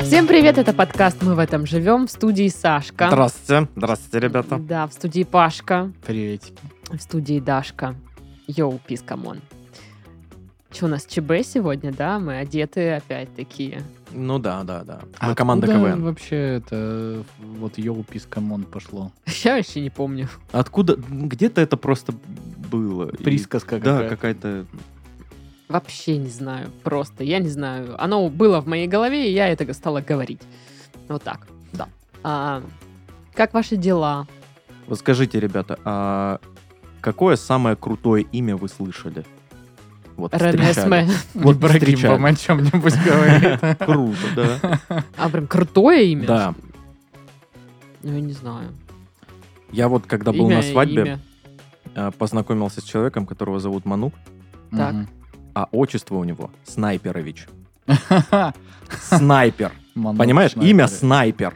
Всем привет, это подкаст «Мы в этом живем» в студии Сашка. Здравствуйте, здравствуйте, ребята. Да, в студии Пашка, Приветики. в студии Дашка. Йоу, пис, камон. Че у нас ЧБ сегодня, да? Мы одеты опять такие. Ну да, да, да. Мы А команда откуда КВН. вообще это вот йоу, пис, камон пошло? Я вообще не помню. Откуда? Где-то это просто было. И- Присказка Да, какая-то. какая-то... Вообще не знаю. Просто, я не знаю. Оно было в моей голове, и я это стала говорить. Вот так. Да. А, как ваши дела? Вот скажите, ребята, а какое самое крутое имя вы слышали? Вот, встречали. РНСМ. Вот Ибрагим встречали. вам о чем-нибудь говорит. Круто, да. А прям крутое имя? Да. Ну, я не знаю. Я вот, когда был Имя, на свадьбе, имя. а, познакомился с человеком, которого зовут Манук, Так. а отчество у него Снайперович. Мгм. Снайпер. Манук Понимаешь? Шнайдер. Имя Снайпер.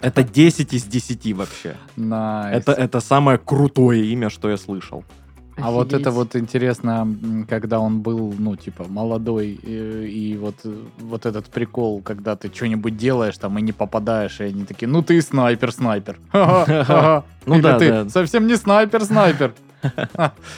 Это 10 из 10 вообще. Найс. Это, это самое крутое имя, что я слышал. А вот это Офигеть. вот интересно, м, когда он был, ну, типа, молодой, э, и вот, э, вот этот прикол, когда ты что-нибудь делаешь там и не попадаешь, и они такие, ну ты снайпер, снайпер. Ха-ха, Ну Или да, да. ты совсем не снайпер, снайпер.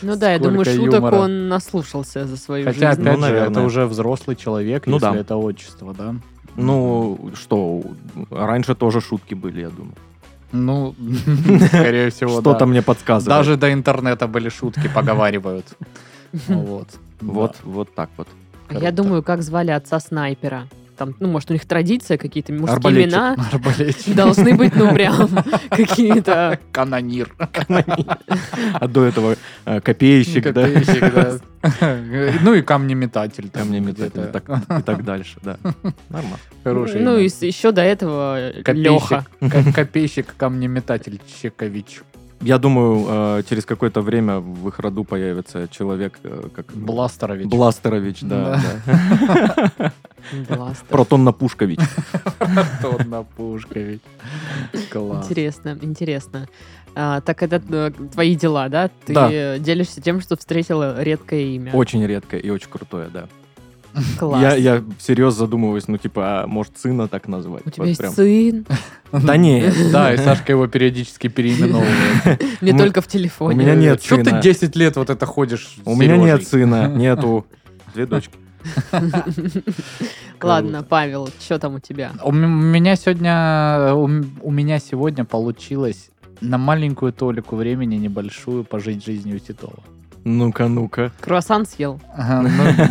Ну да, я думаю, Сколько шуток юмора. он наслушался за свою Хотя, жизнь. опять Ну, же, это наверное. уже взрослый человек, Ну если да. это отчество, да? Ну, что, раньше тоже шутки были, я думаю. Ну, скорее всего, Что-то да. мне подсказывает. Даже до интернета были шутки, поговаривают. Ну Вот. Вот, вот так вот. А Я круто. думаю, как звали отца снайпера. Там, ну, может, у них традиция какие-то мужские Арбалетчик. имена Да. Арбалетчик. должны быть, ну, прям какие-то. Канонир. А до этого э, Ну, копейщик, да? Копейщик, да. Ну и камнеметатель. там Камнеметатель и где-то. так- и так дальше, да. Нормально. Хороший. Ну, имя. и с- еще до этого Леха. Копейщик, ко- копейщик, камнеметатель Чекович. Я думаю, э, через какое-то время в их роду появится человек, э, как... Бластерович. Бластерович, да. да. Бластер. Протонно Пушкович. Антон Пушкович. Класс. Интересно, интересно. А, так это э, твои дела, да? Ты Да. э, делишься тем, что встретила редкое имя. Очень редкое и очень крутое, да. Класс. Я, я всерьез задумываюсь, ну, типа, а может, сына так назвать? У тебя Вот есть прям. сын. Да нет. Да, и Сашка его периодически переименовывает. Мне Мы- только в У телефоне. меня нет Что ты сына. 10 лет вот это ходишь с У меня Серёжей? нет сына, нету. Две дочки. Ладно, Павел, что там у тебя? У м- у меня сегодня у м- у меня сегодня получилось на маленькую толику времени небольшую пожить жизнью Титова. Ну-ка, ну-ка. Круассан съел. Ага, Ну,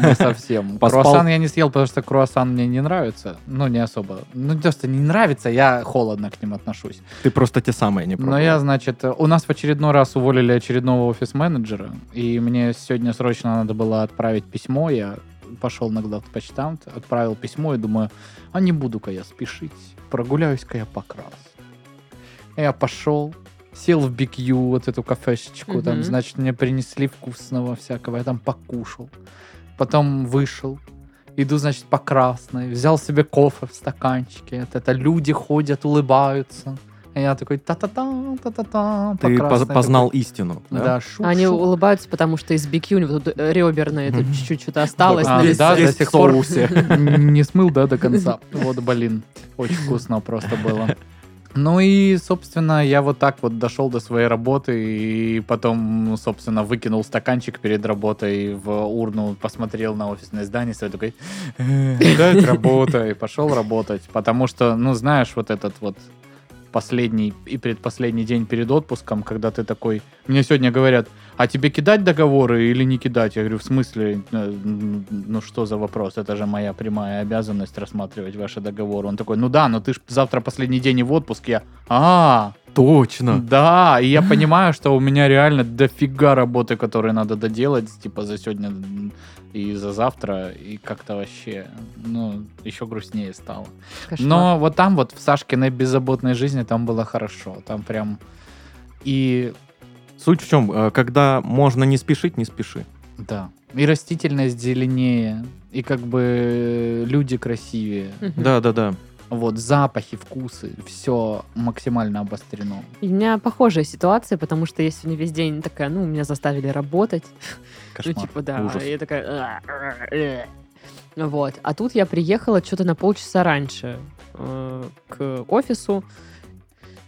не совсем. Поспал. Круассан я не съел, потому что круассан мне не нравится. Ну, не особо. Ну, просто не нравится, я холодно к ним отношусь. Ты просто те самые не пробовал. Но я, значит, у нас в очередной раз уволили очередного офис-менеджера, и мне сегодня срочно надо было отправить письмо. Я пошел на главпочтамт, отправил письмо и думаю, а не буду-ка я спешить, прогуляюсь-ка я покрас. Я пошел, сел в Бикью, вот эту кафешечку, Мгм. там, значит, мне принесли вкусного всякого, я там покушал. Потом вышел, иду, значит, по красной, взял себе кофе в стаканчике, это, это люди ходят, улыбаются. А я такой та-та-та, та-та-та. по Ты поз- красной познал такой, истину. Да. Да, шу Они шу. улыбаются, потому что из бики у него тут реберное тут чуть-чуть что-то осталось. А, на лице. да, до Есть сих в пор соусе. не смыл, да, до конца. Вот, блин, очень вкусно просто было. Ну и, собственно, я вот так вот дошел до своей работы и потом, собственно, выкинул стаканчик перед работой в урну, посмотрел на офисное здание, и такой, «Э, опять работа, и пошел работать. Потому что, ну, знаешь, вот этот вот последний и предпоследний день перед отпуском, когда ты такой... Мне сегодня говорят, а тебе кидать договоры или не кидать? Я говорю, в смысле? Э, Ну что за вопрос? Это же моя прямая обязанность рассматривать ваши договоры. Он такой, ну да, но ты ж завтра последний день и в отпуск. Я, а, Точно. да, и я понимаю, что у меня реально дофига работы, которые надо доделать, типа за сегодня и за завтра, и как-то вообще, ну, еще грустнее стало. Кошмар. Но вот там вот в Сашкиной беззаботной жизни там было хорошо. Там прям и Суть в чем, э, когда можно не спешить, не спеши. да. И растительность зеленее, и как бы э, люди красивее. Мгм. Да, да, да. Вот, запахи, вкусы, все максимально обострено. У меня похожая ситуация, потому что я сегодня весь день такая, ну, меня заставили работать. Ну, Кошмар. типа, да. Ужас. И я такая... «А, а, э». Вот. А тут я приехала что-то на полчаса раньше э, к офису.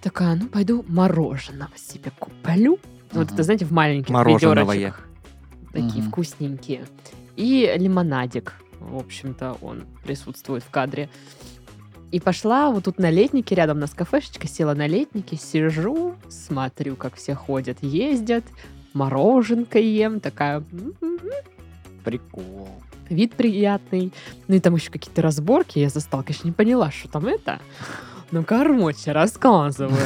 Такая, ну, пойду мороженого себе куплю. Вот Мгм. это, знаете, в маленьких Мороженого ведерочках. Такие Мгм. вкусненькие. И лимонадик. В общем-то, он присутствует в кадре. И пошла вот тут на летнике, рядом у нас кафешечка, села на летнике, сижу, смотрю, как все ходят, ездят, мороженка ем, такая, «М-м-м, Прикол. вид приятный. Ну и там еще какие-то разборки, я застал, конечно, не поняла, что там это. Ну, короче, рассказываю.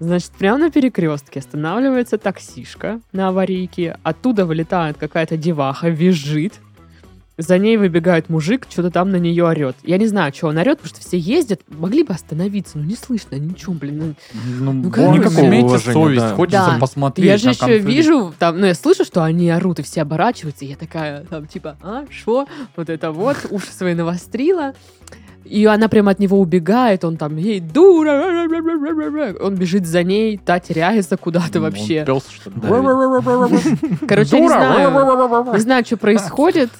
Значит, прямо на перекрестке останавливается таксишка на аварийке. Оттуда вылетает какая-то деваха, визжит. За ней выбегает мужик, что-то там на нее орет. Я не знаю, что он орет, потому что все ездят. Могли бы остановиться, ну не слышно ничего, блин. ну, Ну, конечно. никакого Имейте уважения, совесть, да. хочется Да. посмотреть. я же еще вижу, там, ну, я слышу, что они орут, и все оборачиваются, и я такая, там, типа, а, шо? Вот это вот, уши свои навострила. И она прям от него убегает, он там, ей, дура, он бежит за ней, та теряется куда-то вообще. Пес, что ли? Да. Короче, я не Ну, Дура! знаю, не знаю, что происходит.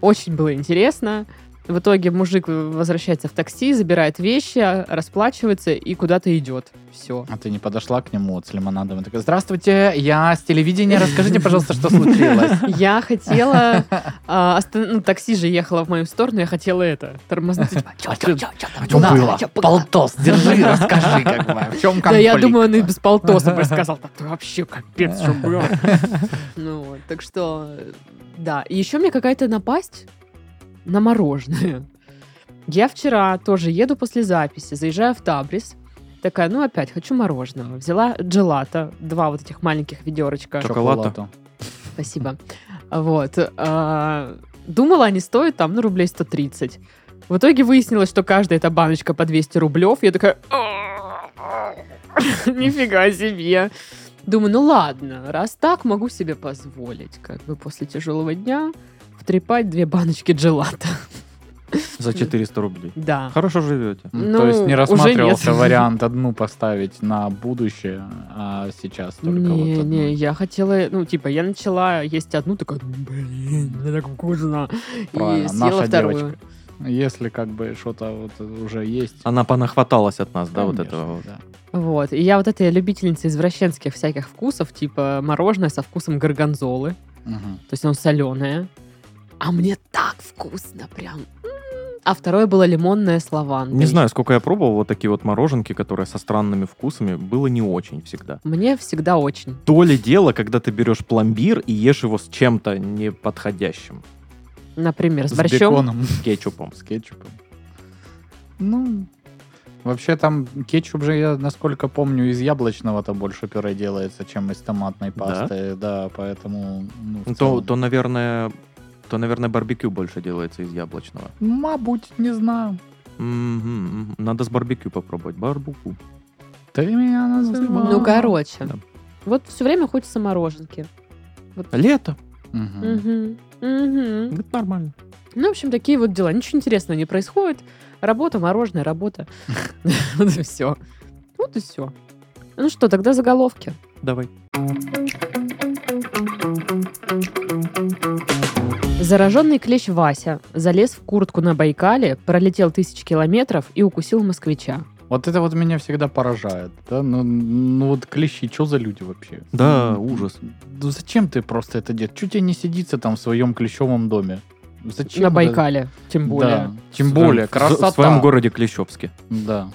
Очень было интересно. В итоге мужик возвращается в такси, забирает вещи, расплачивается и куда-то идет. Все. А ты не подошла к нему вот с лимонадом и такая, здравствуйте, я с телевидения, расскажите, пожалуйста, что случилось. Я хотела... а, остан- Ну, такси же ехало в мою сторону, я хотела это, тормознуть. типа, «Чё, чё, чё, чё там Что было? А было? Чё было?» Полтос, держи, расскажи, как бы, в чем конфликт. Да я думаю, он и без полтоса бы сказал, «Да ты вообще капец, что было. Ну вот, так что, э, да. И еще мне какая-то напасть на мороженое. Я вчера тоже еду после записи, заезжаю в Табрис, такая, ну опять хочу мороженого. Взяла джелата, два вот этих маленьких ведерочка. Шоколада. Спасибо. Вот. а, Думала, они стоят там, ну, рублей 130. В итоге выяснилось, что каждая эта баночка по 200 рублев. Я такая... Нифига себе. Думаю, ну ладно, раз так, могу себе позволить. Как бы после тяжелого дня втрепать две баночки джелата. За 400 рублей. Да. Хорошо живете. Ну, То есть не уже рассматривался нет. вариант одну поставить на будущее, а сейчас только вот Не, одну. не, я хотела, ну, типа, я начала есть одну, такая, блин, мне так вкусно. И Правильно, съела наша вторую. девочка. Если как бы что-то вот уже есть. Она понахваталась от нас, А, да, вот Конечно, этого. вот? да. Вот. И я вот этой любительница извращенских всяких вкусов, типа мороженое со вкусом горгонзолы, Мгм. то есть оно соленое. А мне так вкусно прям. М. А второе было лимонное с лавандой. Не знаю, сколько я пробовал вот такие вот мороженки, которые со странными вкусами, было не очень всегда. Мне всегда очень. То ли дело, когда ты берешь пломбир и ешь его с чем-то неподходящим. Например, с, С борщом. беконом. С кетчупом. С кетчупом. Ну, вообще там кетчуп же, я насколько помню, из яблочного-то больше пюре делается, чем из томатной Да? пасты. Да, поэтому... Ну, в Ну, То, целом. то, наверное, то, наверное, барбекю больше делается из яблочного. Мабуть, не знаю. Мгм, мгм. Надо с барбекю попробовать. Барбекю. Ты меня называл. Ну, короче. Да. Вот все время хочется мороженки. Лето. Мгм. Мгм. Мгм. Это нормально. Ну, в общем, такие вот дела. Ничего интересного не происходит. Работа, мороженое, работа. Вот и все. Вот и все. Ну что, тогда заголовки. Давай. Зараженный клещ Вася залез в куртку на Байкале, пролетел тысячи километров и укусил москвича. Вот это вот меня всегда поражает. Да? Ну, ну вот клещи, что за люди вообще? Да, Ну, ужас. Ну зачем ты просто это делаешь? Чуть тебе не сидится там в своем клещевом доме? Зачем? на это- Байкале, тем более. Да, тем более, В- В своем красота. городе Клещевске. Да,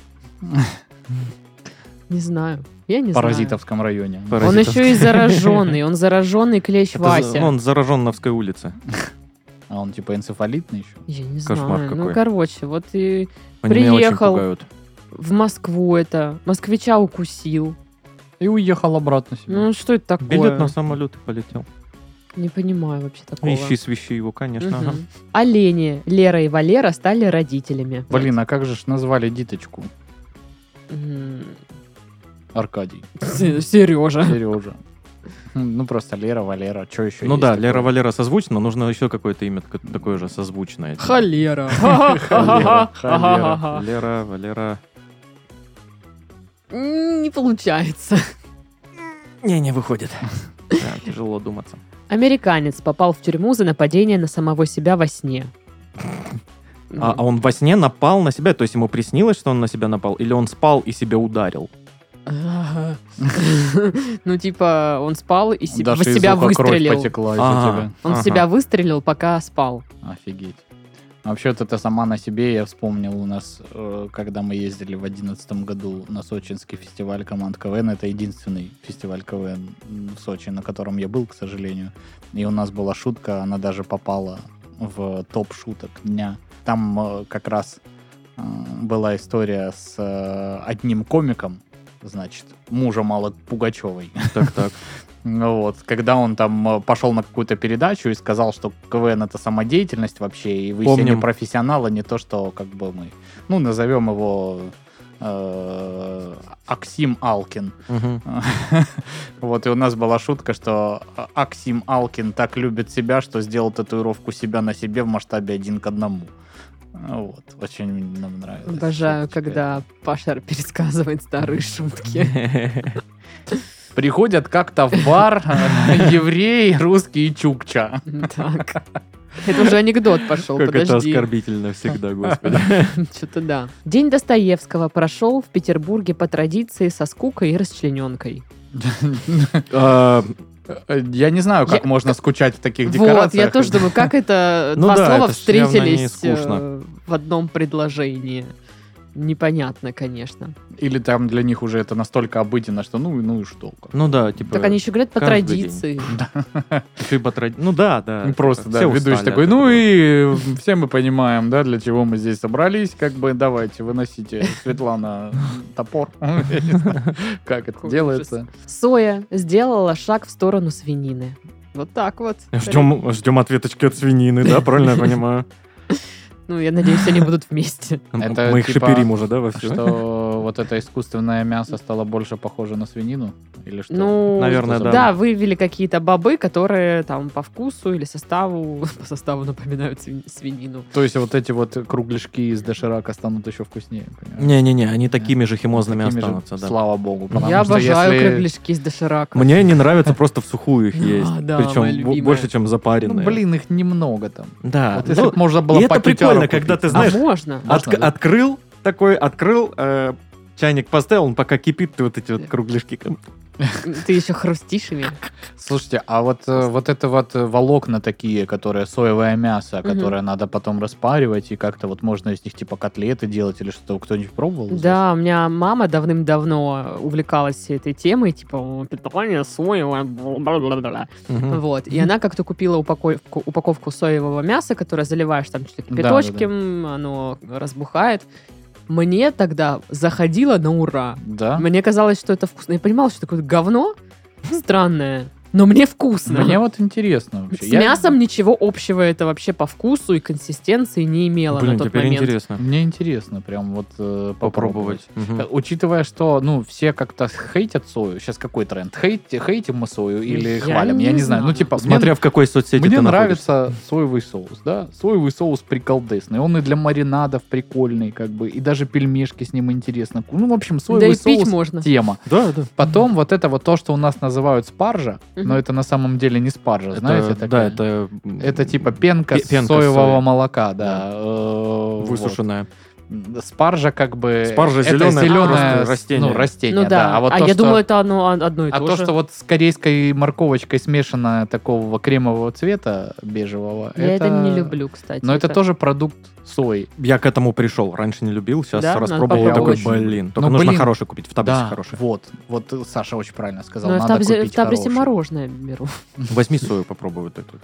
Не знаю. Я не в паразитовском районе. знаю. Он Паразитов. еще и зараженный. Он зараженный клещ Это за- Вася. ну, он зараженновской улице. А он типа энцефалитный еще? Я не знаю. Кошмар Ну, какой. короче, вот и Они меня очень Приехал. пугают. в Москву это. Москвича укусил. И уехал обратно себе. Ну, что это такое? Билет на самолет и полетел. Не понимаю вообще такого. Ищи, свищи его, конечно. Мгм. ага. Олени, Лера и Валера стали родителями. Блин, а как же ж назвали диточку? М, Аркадий. Сережа. Сережа. Ну, просто Лера, Валера, что еще Ну есть да, такое? Лера Валера созвучно, нужно еще какое-то имя ка- такое же созвучное. Холера. Холера, холера. Ага. Лера, Валера. М, Не получается. Не, не выходит. Да, Тяжело думаться. Американец попал в тюрьму за нападение на самого себя во сне. А, а он во сне напал на себя, то есть ему приснилось, что он на себя напал, или он спал и себя ударил? Ага. Ну, типа, он спал и се- в Даже из себя уха кровь выстрелил. потекла из Ага. Он в Ага. себя выстрелил, пока спал. тебя. Офигеть. Ну, Вообще-то это сама на себе я вспомнил у нас, э, когда мы ездили в одиннадцатом году на сочинский фестиваль команд КВН. Это единственный фестиваль КВН в Сочи, на котором я был, к сожалению. И у нас была шутка, она даже попала в топ шуток дня. Там э, как раз э, была история с э, одним комиком, значит, мужем Аллы Пугачевой. Так, так. Ну Вот, когда он там э, пошел на какую-то передачу и сказал, что КВН это самодеятельность вообще, и вы все Помним. не профессионалы, не то, что как бы мы, ну, назовем его э, Аксим Алкин. Мгм. Вот, и у нас была шутка, что э, Аксим Алкин так любит себя, что сделал татуировку себя на себе в масштабе один к одному. Ну Вот, очень нам нравится. Обожаю, когда Паша пересказывает старые шутки. Приходят как-то в бар э, евреи, русские и чукча. Так. Это уже анекдот пошел, Как это подожди. оскорбительно всегда, господи. Что-то да. День Достоевского прошел в Петербурге по традиции со скукой и расчлененкой. А, Э, Я не знаю, как Я- можно скучать в таких Вот, я декорациях. тоже думаю, как это Ну два да, слова это ж явно не встретились скучно. э, в одном предложении. Непонятно, конечно. Или там для них уже это настолько обыденно, что ну, и- ну и что. как. Ну да, типа... Так они еще говорят по каждый традиции. еще и по тради- Ну да, да. Просто, типа, да, все ведущий устали такой, от ну этого. и все мы понимаем, да, для чего мы здесь собрались, как бы давайте, выносите, Светлана, топор, Я не знаю, как это Какой делается. Соя сделала шаг в сторону свинины. Вот так вот. Ждем, ждем ответочки от свинины, да, правильно я понимаю? Ну, я надеюсь, они будут вместе. Это Мы их типа, шиперим уже, да, во всё? Что вот это искусственное мясо стало больше похоже на свинину? Или что? Ну, Наверное, что за- да. Да, вывели какие-то бобы, которые там по вкусу или составу, по составу напоминают свин- свинину. То есть вот эти вот кругляшки из доширака станут еще вкуснее, понимаешь? Не-не-не, они такими же химозными Такими же, останутся, да. Слава богу. потому я что обожаю если- кругляшки из доширака. Мне не нравится просто в сухую их Да, есть. А, да, моя Причем бо- любимая. больше, чем Ну, запаренные. блин, их немного там. Да. Вот если ну, б можно было и это пакетяру прикольно, купить. когда ты А знаешь, можно? Можно, отк- да? открыл такой, открыл, э, чайник поставил, он пока кипит, ты вот эти вот кругляшки. Ты еще хрустишь ими? Слушайте, а вот, э, вот это вот э, волокна такие, которые соевое мясо, которое надо потом распаривать, и как-то вот можно из них типа котлеты делать или что-то. Кто-нибудь пробовал? здесь? Да, у меня мама давным-давно увлекалась всей этой темой, типа, «О, питание соевое, бла-бла-бла-бла». Мгм. Вот. И она как-то купила упаковку, упаковку соевого мяса, которое заливаешь там что-то Да, да, да. кипяточком, оно разбухает. Мне тогда заходило на ура. Да? Мне казалось, что это вкусно. Я понимала, что такое говно странное, но мне вкусно. Мне вот интересно вообще. С Я- мясом ничего общего это вообще по вкусу и консистенции не имело Блин, на тот теперь момент. интересно Мне интересно прям вот э, попробовать. попробовать. Мгм. Э, Учитывая, что, ну, все как-то хейтят сою. Сейчас какой тренд? Хейт, хейтим мы сою или Я хвалим? Я не не знаю. Ну, знаю. типа, мне Смотря в какой соцсети Мне ты находишься. нравится соевый соус, да? Соевый соус приколдесный. Он и для маринадов прикольный, как бы. И даже пельмешки с ним интересно. Ну, в общем, Да соевый и соус пить можно. тема. Да, да. Потом вот это вот то, что у нас называют спаржа, Мгм. но это на самом деле не спаржа, знаете? это, да, такая? это... Это типа пенка, Пе- пенка с соевого сои. молока, да. Э, вот. высушенная. Спаржа как бы... Спаржа это зелёная, зеленое просто растение. Ну, растение, Ну да, да. А вот то, я что- думала, это оно од- одно и а то, то, же. что вот с корейской морковочкой смешано такого кремового цвета, бежевого, Я это... не люблю, типа. кстати. Но это тоже продукт сои. Я к этому пришел. Раньше не любил, сейчас Да? распробовал Надо такой, попробовать. блин. Только Ну, нужно блин. хороший купить, в таблице хороший. вот. Вот э, Саша очень правильно сказал. Ну, я в надо Табризе- в купить Табризе хороший. мороженое беру. Возьми сою, попробуй вот эту.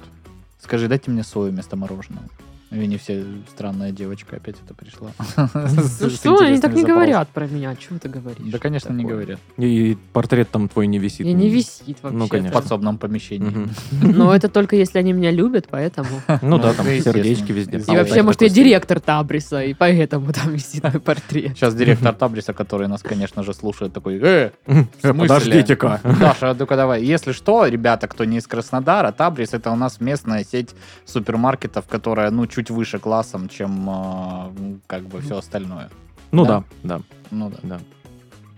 Скажи, дайте мне сою вместо мороженого. Вини все странная девочка опять это пришла. Ну Ну что, они так не говорят про меня, о чем ты говоришь? Да, конечно, не такое? говорят. И портрет там твой не висит. Я не висит вообще. В конечно. подсобном помещении. Мгм. Но это только если они меня любят, поэтому. Ну да, Ну, там да, сердечки естественно. везде. И И А, вообще, вот может, я такой стиль. директор Табриса, и поэтому там висит мой портрет. Сейчас директор Табриса, который нас, конечно же, слушает, такой, э, Э, смысле? Подождите-ка. Даша, а ну-ка давай. Если что, ребята, кто не из Краснодара, Табрис это у нас местная сеть супермаркетов, которая, ну, чуть выше классом, чем э, ну, как бы все остальное. Ну Да. да, да, Ну да. да.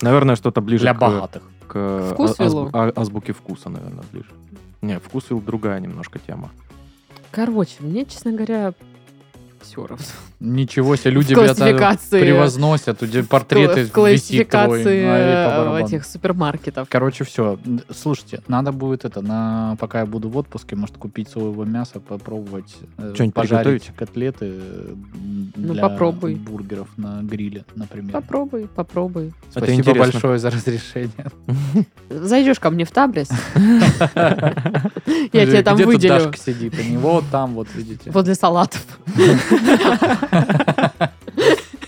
Наверное, что-то ближе Для к- богатых. к а- Вкус вело. азбу- а- азбуке вкуса, наверное, ближе. Не, вкус вел другая немножко тема. Короче, мне, честно говоря, все равно. Ничего себе, В люди, ребята, классификации- превозносят, у тебя портреты в висит твой. классификации а, и по э, барабану. этих супермаркетов. Короче, все. Слушайте, надо будет это, на, пока я буду в отпуске, может, купить соевого мяса, попробовать э, Что-нибудь пожарить приготовить? котлеты э, м, Ну, для попробуй. бургеров на гриле, например. Попробуй, попробуй. Это Спасибо интересно. большое за разрешение. Зайдешь ко мне в Табрис, я тебя там Где тут выделю. Дашка сидит, у него вот там вот, видите. Возле салатов.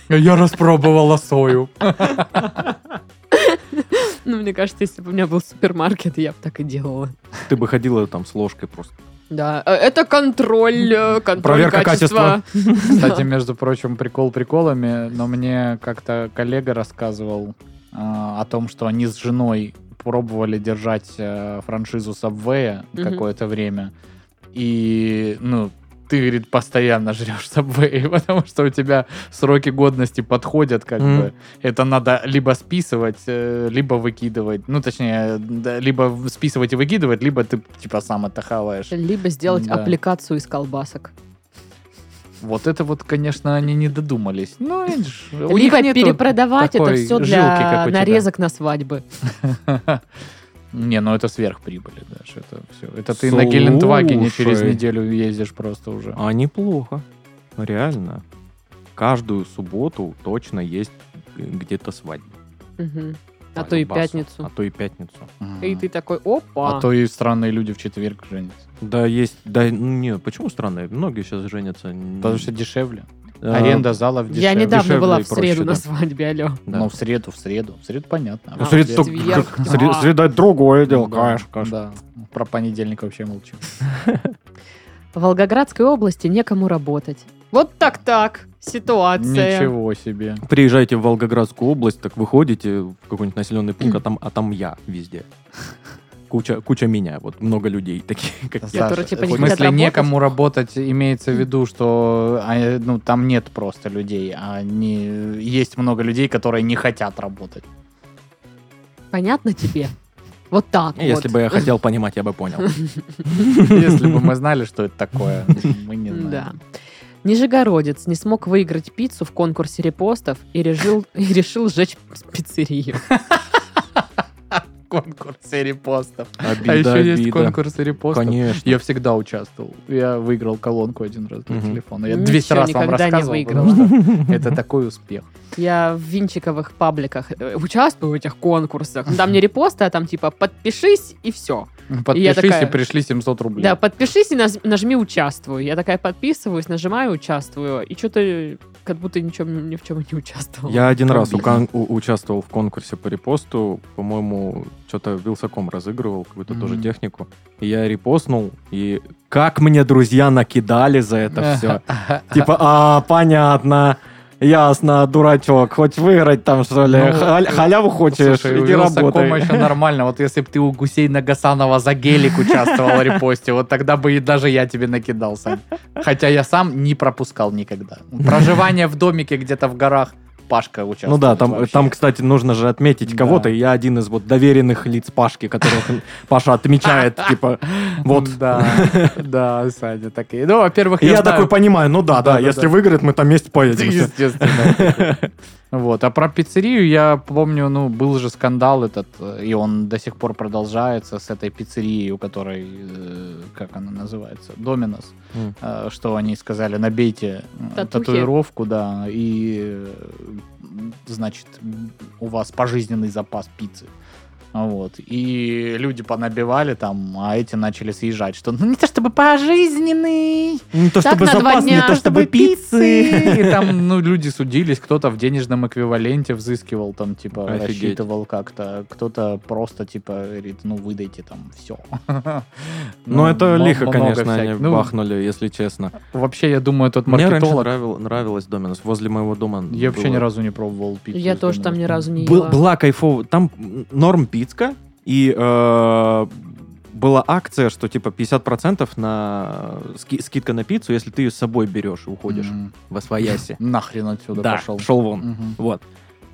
Я распробовала сою. Ну, мне кажется, если бы у меня был супермаркет, я бы так и делала. Ты бы ходила там с ложкой просто. Да, э, это контроль, э, контроль Проверка качества. Кстати, между прочим, прикол приколами, но мне как-то коллега рассказывал э, о том, что они с женой пробовали держать э, франшизу Сабвея Мгм. какое-то время. И, ну, ты, говорит, постоянно жрешь Subway, потому что у тебя сроки годности подходят, как Мгм. бы. Это надо либо списывать, э, либо выкидывать. Ну, точнее, да, либо списывать и выкидывать, либо ты, типа, сам это хаваешь. Либо сделать Да. аппликацию из колбасок. Вот это вот, конечно, они не додумались. Ну, это ж- у них Либо нету перепродавать это такой все жилки, как для у тебя. нарезок на свадьбы. Не, ну это сверхприбыли, Даш, это все. Это ты на Слушай. Гелендвагене через неделю ездишь просто уже. А неплохо. Реально. Каждую субботу точно есть где-то свадьба. Мгм. А то и Любасу. пятницу. А то и пятницу. И ты такой, опа. А то и странные люди в четверг женятся. Да, есть. Да, ну, не, почему странно? Многие сейчас женятся. н- Потому что дешевле. а, Аренда залов дешевле. Я недавно дешевле была и в среду проще, на да. свадьбе, алло. да. Ну, в среду, в среду. В среду понятно. А, Ну, среда- в четверг, сре- да. среда другое дело, Да, конечно, Ну конечно. Да, про понедельник вообще молчу. В Волгоградской области некому работать. Вот так-так ситуация. Ничего себе. Приезжаете в Волгоградскую область, так выходите в какой-нибудь населенный пункт, а там, а там я везде. Куча, куча меня, вот много людей таких, как я. Которые, типа, не в хотят смысле, работать? некому работать, имеется в виду, что а, ну, там нет просто людей, а не, есть много людей, которые не хотят работать. Понятно тебе? Вот так Ну, Если вот. бы я хотел понимать, я бы понял. Если бы мы знали, что это такое, мы не Да. знаем. Нижегородец не смог выиграть пиццу в конкурсе репостов и решил, и решил сжечь пиццерию. Конкурсы репостов. Обида, А еще есть обида. конкурсы репостов. Конечно. Я всегда участвовал. Я выиграл колонку один раз для Мгм. телефона. Я Ничего 200 раз вам никогда не рассказывал, выиграла. потому что это такой успех. Я в винчиковых пабликах э, участвую в этих конкурсах. Ну, Там не репосты, а там типа подпишись и все. Подпишись и такая- пришли 700 рублей. Да, подпишись и наз- нажми участвую. Я такая подписываюсь, нажимаю участвую, и что-то как будто ничем, ни в чем не участвовала. Я один раз у- Обидно. у- участвовал в конкурсе по репосту. По-моему, что-то Вилсаком разыгрывал, какую-то тоже Мгм. технику. И я репостнул, и как мне друзья накидали за это все. Типа, а, понятно, ясно, дурачок, хоть выиграть там, что ли, Ну, Хал- халяву хочешь, Слушай, у иди э, работай. Вилсакома еще нормально. Вот если бы ты у Гусейна Гасанова за гелик участвовал в репосте, вот тогда бы и даже я тебе накидал, Сань. Хотя я сам не пропускал никогда. Проживание в домике где-то в горах Пашка участвовал. Ну да, там, вообще. там, кстати, нужно же отметить Да. кого-то. и Я один из вот доверенных лиц Пашки, которых Паша отмечает, типа, вот. Да, да, Саня, такие. Ну, во-первых, И я, я знаю, такой понимаю, ну да, да, Да-да-да. если выиграет, мы там вместе Ты, поедем. всё. Естественно. Вот. А про пиццерию я помню, ну, был же скандал этот, э, и он до сих пор продолжается с этой пиццерией, у которой, э, как она называется, Доминос, М. э, что они сказали, набейте э, Татухи. татуировку, да, и, э, значит, у вас пожизненный запас пиццы. Вот. И люди понабивали там, а эти начали съезжать, что ну не то чтобы пожизненный, Не Ну, то Так чтобы на два запас, не дня, то чтобы пиццы. И там, ну, люди судились, кто-то в денежном эквиваленте взыскивал, там, типа, Офигеть. рассчитывал как-то, кто-то просто, типа, говорит, ну, выдайте там все. Ну, это лихо, конечно, они всяких. Ну, бахнули, если честно. Вообще, я думаю, тот Мне раньше маркетолог... нравил- нравилось Доминус. Возле моего дома Я вообще было. ни разу не пробовал пить. Я тоже там ни разу не Был- ела. была кайфовая. Там м, норм пицка, и э, была акция, что типа 50% на ски- скидка на пиццу, если ты ее с собой берешь и уходишь М, во свояси. Нахрен отсюда Да, пошел. шел вон. Мгм. Вот.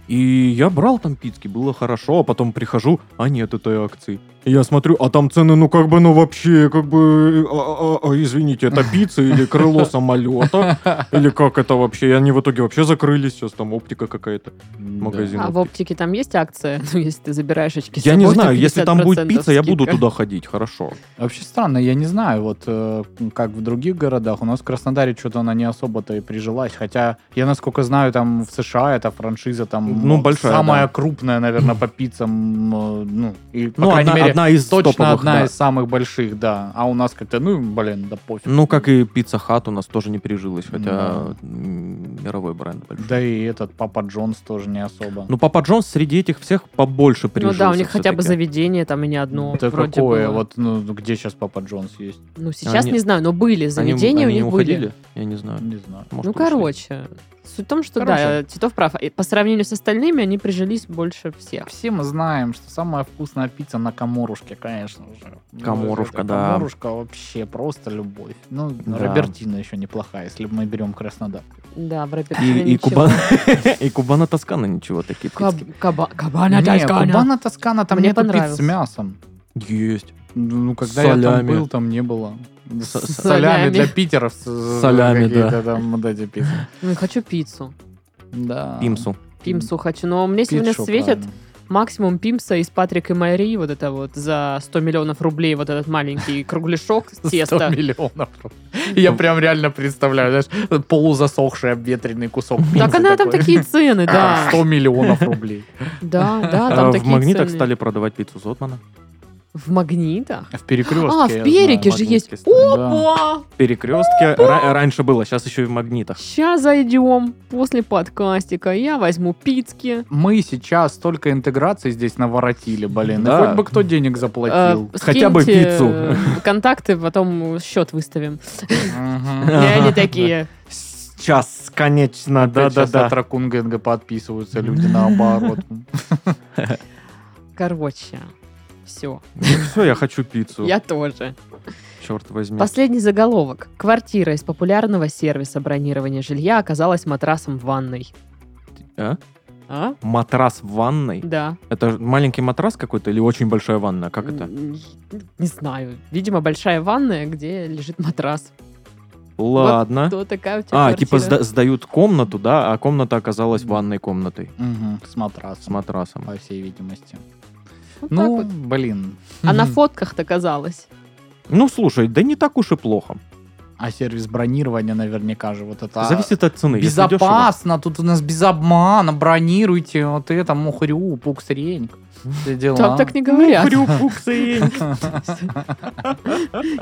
И я брал там пицки, было хорошо, а потом прихожу, а нет этой акции. И я смотрю, а там цены, ну как бы, ну вообще, как бы, а, а, а, извините, это пицца или крыло самолета? Или как это вообще? И они в итоге вообще закрылись, сейчас там оптика какая-то. магазин. А в оптике там есть акция? Ну, если ты забираешь очки с Я не собой, то знаю, если там будет 50% пицца, я буду скидка. туда ходить, хорошо. Вообще странно, я не знаю, вот э, как в других городах. У нас в Краснодаре что-то она не особо-то и прижилась. Хотя, я насколько знаю, там в США эта франшиза там Ну, м, большая, самая да. крупная, наверное, по пиццам. э, Ну, и, по Ну, крайней одна, мере, одна из точно топовых, одна да. из самых больших, да. А у нас как-то, ну, блин, да пофиг. Ну, как и пицца хат у нас тоже не пережилась, хотя Да. м, мировой бренд большой. Да и этот Папа Джонс тоже не особо. Ну, Папа Джонс среди этих всех побольше Ну прижился да, у них хотя бы всё-таки. заведение там и не Ну, одно. это вроде какое? было. Вот, ну, где сейчас Папа Джонс есть? Ну сейчас Они- не знаю, но были Они- заведения они у них были. уходили? Я не знаю. Не знаю. Может, Ну, ушли. короче, суть в том, что да, Короче. Титов прав. И По сравнению с остальными они прижились больше всех. Все мы знаем, что самая вкусная пицца на Каморушке, конечно же. Ну, Каморушка, это да. Каморушка вообще просто любовь. Ну, Да. Робертина еще неплохая, если мы берем Краснодар. Да, в рэпе И, и, ничего. Кубана, и Кубана Тоскана ничего такие Каб- пиццы. каба- Кабана Тайскана. Кубана Тоскана, там Мне нету пиц с понравился. мясом. Есть. Ну, когда я там Солями. был, там не было. С- С- с- солями солями. для питеров. с- Солями, какие-то да. там вот эти пиццы. Ну, я хочу пиццу. А. Да. Пимсу. Пимсу хочу. Но мне сегодня Пиццу, светит правильно. максимум пимса из Патрик и Мэри, вот это вот, за 100 миллионов рублей, вот этот маленький кругляшок с 100 теста. миллионов. Я прям реально представляю, знаешь, полузасохший обветренный кусок пиццы. Так она там такой. такие цены, да. 100 миллионов рублей. Да, да, А там в такие магнитах цены. стали продавать пиццу Зотмана. В магнитах? В перекрестке. А, в Перике же магнитки есть. стали. Опа! Перекрестке А! раньше было, сейчас еще и в магнитах. Сейчас зайдем после подкастика. Я возьму пицки. э, Мы сейчас столько интеграций здесь наворотили, блин. И Да. Хоть бы кто денег заплатил. Э, Хотя бы скиньте, пиццу. э, Контакты, потом счет выставим. И Мгм. они такие. Сейчас, конечно, Опять сейчас От Ракунгенга подписываются люди наоборот. Короче, все. Все, я хочу пиццу. Я тоже. Черт возьми. Последний заголовок. Квартира из популярного сервиса бронирования жилья оказалась матрасом в ванной. А? А? Матрас в ванной? Да. Это ж маленький матрас какой-то или очень большая ванна? Как это? М, Не знаю. Видимо, большая ванная, где лежит матрас. Ладно. То такая у тебя А, квартира. типа сда- сдают комнату, да, а комната оказалась ванной комнатой Мгм. С с матрасом, матрасом. по всей видимости. Вот так Ну, вот. блин. А на фотках-то казалось. Ну, слушай, да не так уж и плохо. А сервис бронирования наверняка же вот это... Зависит от цены. Если дешево. Безопасно, тут у нас без обмана, бронируйте, вот это, мухрю, пуксрень. Все дела. Там так Ну, не говорят. Хрю, пуксы.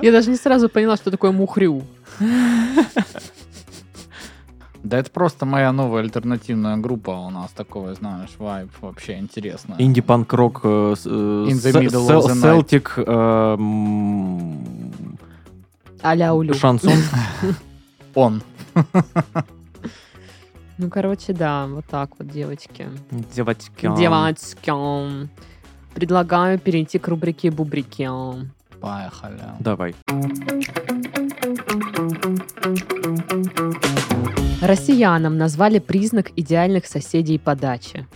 Я даже не сразу поняла, что такое мухрю. Да это просто моя новая альтернативная группа у нас, такое, знаешь, вайб вообще интересно. Инди-панк-рок э, с- э, In се- the middle of сел- the night. Селтик э, м, Аля улю. шансон. Он. Ну, короче, да, вот так вот, девочки. Девочки. Девочки. Предлагаю перейти к рубрике «Бубрики». Поехали. Давай. Россиянам назвали признак идеальных соседей по даче.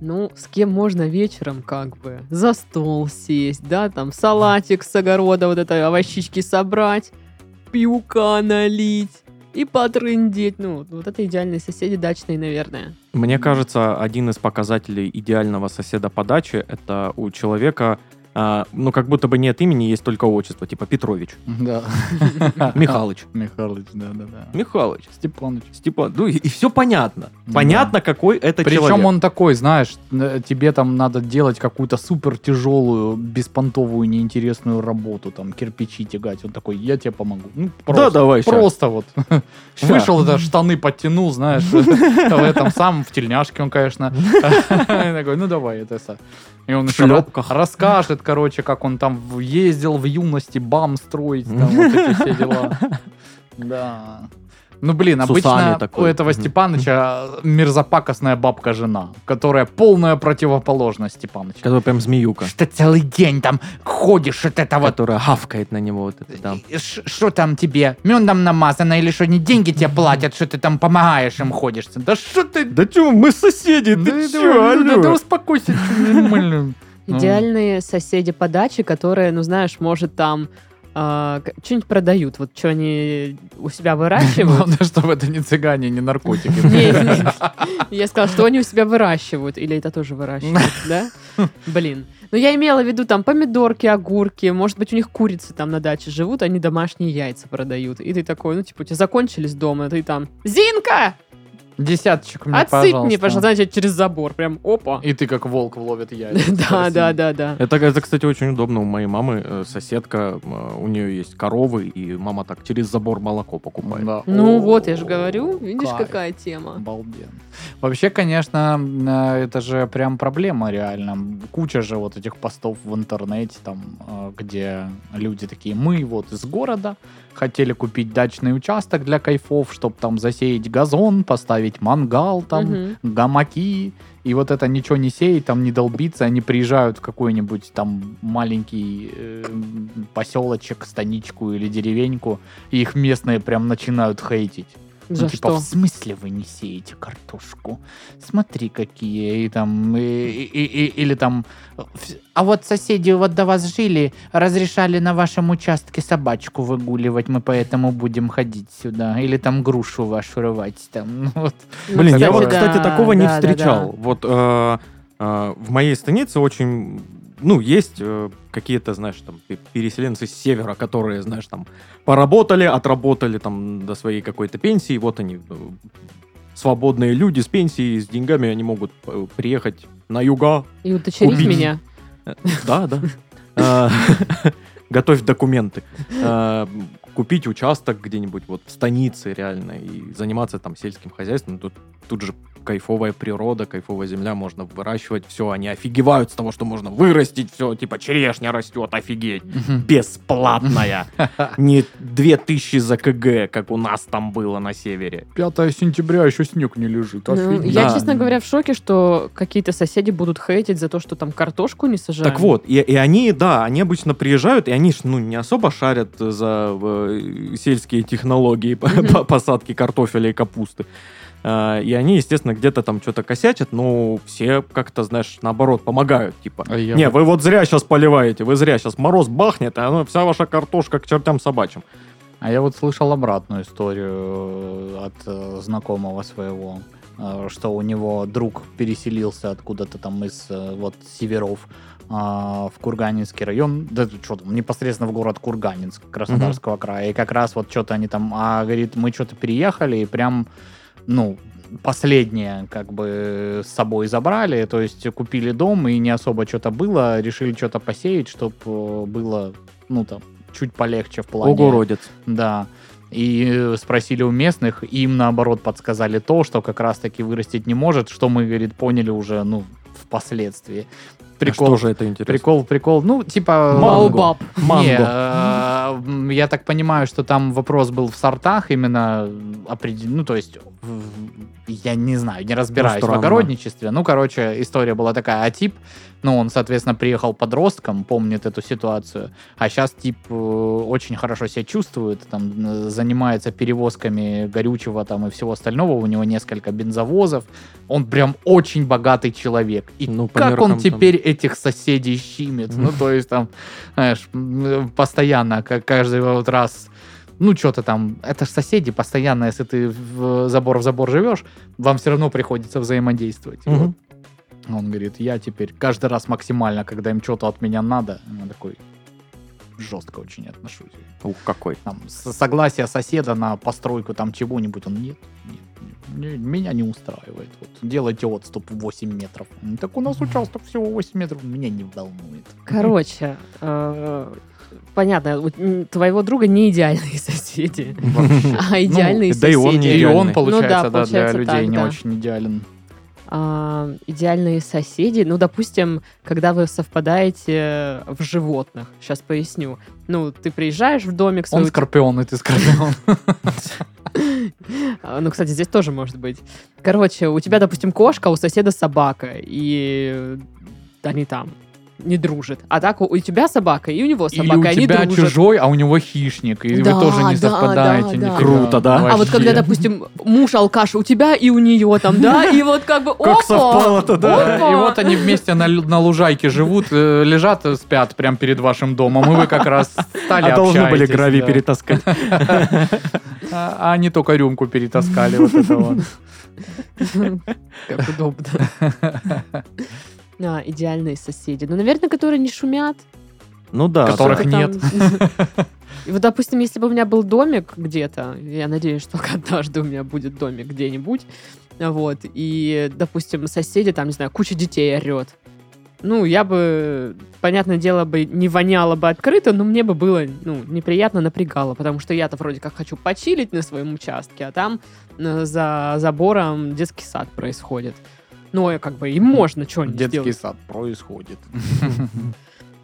Ну, с кем можно вечером как бы за стол сесть, да, там салатик с огорода, вот это овощички собрать, пивка налить и потрындеть. Ну, вот- вот это идеальные соседи дачные, наверное. Мне кажется, один из показателей идеального соседа по даче это у человека а, а, ну, как будто бы нет имени, есть только отчество, типа Петрович, Да. Михалыч, Михалыч, да-да-да. Михалыч, Степаныч. Степан, ну, и, все понятно. Да. Понятно, какой это человек. Причем он такой, знаешь, э, тебе там надо делать какую-то супер тяжелую, беспонтовую, неинтересную работу, там, кирпичи тягать. Он такой, я тебе помогу. Ну, Да, просто. давай ща. Просто вот. Вышел, это штаны подтянул, знаешь, в этом сам, в тельняшке он, конечно. И Такой, ну давай, это са». И он В еще шлепках. ра- расскажет, короче, как он там в- ездил в юности бам строить, там вот эти все дела. Да. Ну, блин, С усами обычно такой. у этого Мгм. Степаныча а, мерзопакостная бабка-жена, которая полная противоположность Степаныча. Который прям змеюка. Что целый день там ходишь от этого Которая гавкает на него вот это там. и ш- Что там тебе? Медом намазано или что, не деньги тебе платят, что ты там помогаешь им ходишь? Да что ты... Да чё, мы соседи, Да ты и чё, давай, да- да алё? успокойся, ты нормально. Ну. Идеальные соседи по даче, которые, ну знаешь, может там а, что-нибудь продают, вот что они у себя выращивают. Главное, чтобы это не цыгане, не наркотики. А Не, не, Я сказала, что они у себя выращивают, или это тоже выращивают, да? Блин. Ну, я имела в виду там помидорки, огурки, может быть, у них курицы там на даче живут, они домашние яйца продают. И ты такой, ну, типа, у тебя закончились дома, ты там, Зинка, Десяточек Ну, мне, отсыпь мне, пожалуйста, пожалуйста. значит, через забор, прям, опа. И ты как волк ловит яйца. Да, да, да, да. Это, это, кстати, очень удобно. У моей мамы э, соседка, э, у нее есть коровы, и мама так через забор молоко покупает. Да. Ну О, вот, я же говорю, видишь, кайф. какая тема. Обалденно. Вообще, конечно, э, это же прям проблема реально. Куча же вот этих постов в интернете, там, э, где люди такие, мы вот из города хотели купить дачный участок для кайфов, чтобы там засеять газон, поставить мангал там, Мгм. гамаки, и вот это ничего не сеет, там не долбится, они приезжают в какой-нибудь там маленький э, поселочек, станичку или деревеньку, и их местные прям начинают хейтить. За Ну, типа, что? в смысле вы не сеете картошку? Смотри, какие, и там, и- и- и- или там, «Вс- а вот соседи вот до вас жили, разрешали на вашем участке собачку выгуливать, мы поэтому будем ходить сюда, или там грушу вашу рвать, там, ну, вот. Ну, Блин, я кстати, вот, да, кстати, такого не да, да, да. встречал. Вот э, э, в моей станице очень, ну, есть э, какие-то, знаешь, там, пе- переселенцы с севера, которые, знаешь, там, поработали, отработали там до своей какой-то пенсии, вот они, э, свободные люди с пенсией, с деньгами, они могут э, приехать на юга, И удочерить Убедить. меня. Э, Да, да. А, Готовь документы. А, Купить участок где-нибудь вот в станице реально и заниматься там сельским хозяйством. Тут, тут же кайфовая природа, кайфовая земля, можно выращивать все. Они офигевают с того, что можно вырастить все. Типа черешня растет, офигеть. Бесплатная. Не 2000 за КГ, как у нас там было на севере. 5 сентября еще снег не лежит, Ну, офигеть. я, Да. честно говоря, в шоке, что какие-то соседи будут хейтить за то, что там картошку не сажают. Так вот, и, и они, да, они обычно приезжают, и они ж, ну, не особо шарят за э, сельские технологии по- Мгм. по посадке картофеля и капусты. А, И они, естественно, где-то там что-то косячат, но все как-то, знаешь, наоборот, помогают. Типа, А я не, вот- вы вот зря сейчас поливаете, вы зря сейчас мороз бахнет, а оно- вся ваша картошка к чертям собачьим. А я вот слышал обратную историю э, от э, знакомого своего, э, что у него друг переселился откуда-то там из э, вот северов а, в Курганинский район, да что там, непосредственно в город Курганинск Краснодарского края, и как раз вот что-то они там, а говорит, мы что-то переехали, и прям, ну, последнее как бы с собой забрали, то есть купили дом, и не особо что-то было, решили что-то посеять, чтобы было, ну, там, чуть полегче в плане... А Огородец. Да. И э, спросили у местных, и им наоборот подсказали то, что как раз-таки вырастить не может, что мы, говорит, поняли уже, ну, впоследствии. А что Прикол, же это интересно? прикол, прикол. Ну, типа... Манго. Баобаб. Не, Манго. э, м, я так понимаю, что там вопрос был в сортах именно определен. Ну, то есть, в- я не знаю, не разбираюсь в странно. огородничестве. Ну, короче, история была такая. А тип, ну, он, соответственно, приехал подростком, помнит эту ситуацию. А сейчас тип э, очень хорошо себя чувствует, там, э, занимается перевозками горючего там и всего остального. У него несколько бензовозов. Он прям очень богатый человек. И Ну, по как меркам он там. теперь этих соседей щимит? Ну, то есть там, знаешь, м, постоянно, как каждый вот раз ну, что-то там, это ж соседи постоянно, если ты в забор в забор живешь, вам все равно приходится взаимодействовать. И Мгм. вот Он говорит, я теперь каждый раз максимально, когда им что-то от меня надо, я такой жестко очень отношусь. Ух, какой. Там, с- согласие соседа на постройку там чего-нибудь, он нет, нет, нет, не- меня не устраивает. Вот, делайте отступ 8 метров. Он, Так у нас участок всего 8 метров, меня не волнует. Короче, э, понятно, у- м, твоего друга не идеальные соседи, Вообще. а идеальные Ну, да и он не соседи. И он, идеальный. получается, Ну да, да, для получается людей так, не да. очень идеален. А, Идеальные соседи, ну, допустим, когда вы совпадаете э, в животных, сейчас поясню. Ну, ты приезжаешь в домик Он своего скорпион, и ты скорпион. А, Ну, кстати, здесь тоже может быть. Короче, у тебя, допустим, кошка, а у соседа собака, и они там не дружат. А так у- у тебя собака, и у него Или собака, у и они тебя дружат. чужой, а у него хищник, и Да, вы тоже не да, совпадаете. да, да. нифига. Круто, да? А вот Вообще. когда, допустим, муж алкаш у тебя и у нее там, да, и вот как бы опа! Как совпало-то, да? Опа! И вот они вместе на, лю- на лужайке живут, э, лежат, э, спят прямо перед вашим домом, и вы как раз стали А должны были общаетесь, гравий да. перетаскать. А а они только рюмку перетаскали вот это вот. Как удобно. Да, идеальные соседи. Ну, наверное, которые не шумят. Ну да. Которых да. Только нет. там- И вот, допустим, если бы у меня был домик где-то, я надеюсь, что однажды у меня будет домик где-нибудь, вот, и, допустим, соседи, там, не знаю, куча детей орет. Ну, я бы, понятное дело, бы не воняло бы открыто, но мне бы было, ну, неприятно напрягало, потому что я-то вроде как хочу почилить на своем участке, а там э, за забором детский сад происходит. Ну, и как бы и можно что-нибудь сделать. Детский сад происходит.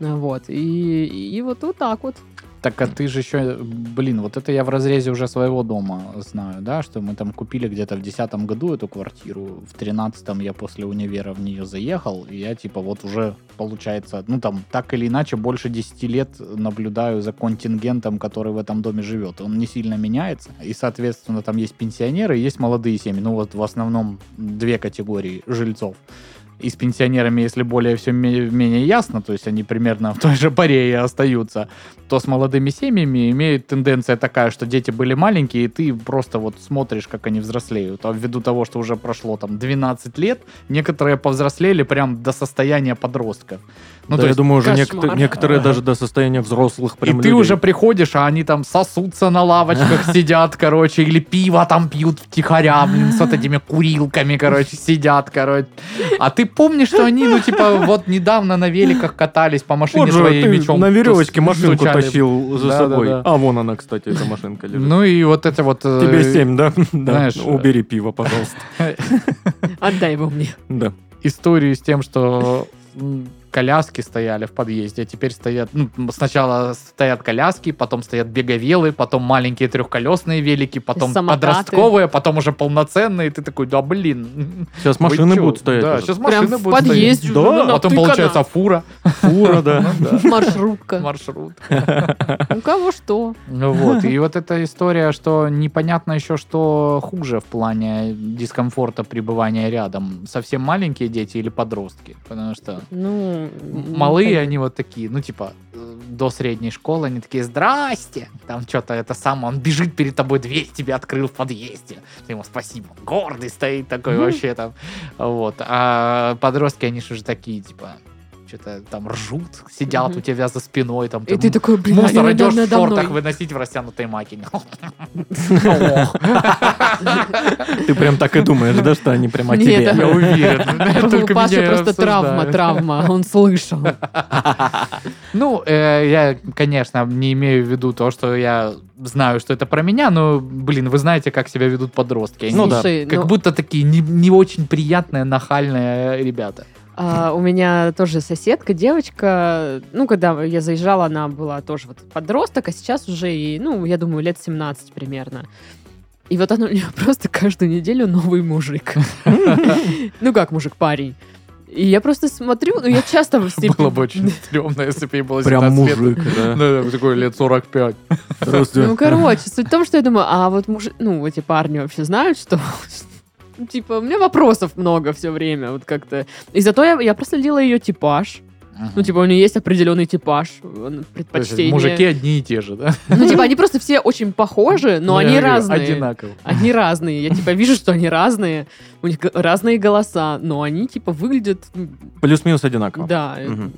Вот. И, и вот, вот так вот. Так а ты же еще, блин, вот это я в разрезе уже своего дома знаю, да, что мы там купили где-то в десятом году эту квартиру, в тринадцатом я после универа в нее заехал, и я типа вот уже получается, ну там так или иначе больше 10 лет наблюдаю за контингентом, который в этом доме живет. Он не сильно меняется, и соответственно там есть пенсионеры, и есть молодые семьи, ну вот в основном две категории жильцов. И с пенсионерами, если более все менее ясно, то есть они примерно в той же паре и остаются, то с молодыми семьями имеет тенденция такая, что дети были маленькие, и ты просто вот смотришь, как они взрослеют. А ввиду того, что уже прошло там 12 лет, некоторые повзрослели прям до состояния подростков. Да, Ну, то я есть, думаю, уже кошмар. некотор- некоторые даже до состояния взрослых и прям ты людей. уже приходишь, а они там сосутся на лавочках, сидят, короче, или пиво там пьют втихаря, блин, с вот этими курилками, короче, сидят, короче. А ты помнишь, что они, ну, типа, вот недавно на великах катались по машине Вот же своей ты мечом. на веревочке сту- машинку стучали. тащил за Да, да, собой. да. А вон она, кстати, эта машинка лежит. Ну и вот это вот... э, Тебе семь, да? Да. э, знаешь, Убери пиво, пожалуйста. Отдай его мне. Да. историю с тем, что м, коляски стояли в подъезде, а теперь стоят, ну, м, сначала стоят коляски, потом стоят беговелы, потом маленькие трехколесные велики, потом Самокаты. подростковые, а потом уже полноценные, и ты такой, да блин. Сейчас вы машины чё? будут стоять. Да, уже. сейчас Прям машины в будут стоять. подъезде. ну, Да, уже а Потом натыкана. получается фура, Фура, да. Маршрутка. маршрут. У кого что? Ну Вот, и вот эта история, что непонятно еще, что хуже в плане дискомфорта пребывания рядом. Совсем маленькие дети или подростки? Потому что Ну, м, малые, понятно. они вот такие, ну, типа, э, до средней школы, они такие, здрасте, там что-то это самое, он бежит перед тобой, дверь тебе открыл в подъезде, ты ему спасибо, гордый стоит такой Мгм. вообще там, вот, а подростки, они же уже такие, типа, что-то там ржут, сидят Мгм. у тебя за спиной, там, И ты такой, блин, они мусор надо- идешь в надо мной. шортах выносить в растянутой маке. Ох, Ты прям так и думаешь, да, что они прям о Нет, тебе. да. Я уверен. У Только Паши меня и просто травма, обсуждают. травма. Он слышал. Ну, э, я, конечно, не имею в виду то, что я знаю, что это про меня, но, блин, вы знаете, как себя ведут подростки. Они Ну да. Слушай, Как ну, будто такие не, не очень приятные, нахальные ребята. а, у меня тоже соседка, девочка. Ну, когда я заезжала, она была тоже вот подросток, а сейчас уже и, ну, я думаю, лет 17 примерно. И вот она у нее просто каждую неделю новый мужик. Ну как мужик, парень. И я просто смотрю, ну я часто с ней- Было бы очень стрёмно, если бы ей было 17 Прям лет. Ну, мужик, да. Да, да, такой лет 45. Здравствуй. Ну, короче, суть в том, что я думаю, а вот мужи... ну, эти парни вообще знают, что... Ну, Типа, у меня вопросов много все время, вот как-то. И зато я, я проследила ее типаж. Ну, типа, у нее есть определенный типаж, э, То есть предпочтения. мужики одни и те же, да? Ну, Ну, типа, они просто все очень похожи, Ну, но Я они говорю, разные. Одинаково. Они разные. Я, типа, вижу, что они разные. У них г- разные голоса, но они, типа, выглядят... м, Плюс-минус одинаково. Да. Мгм.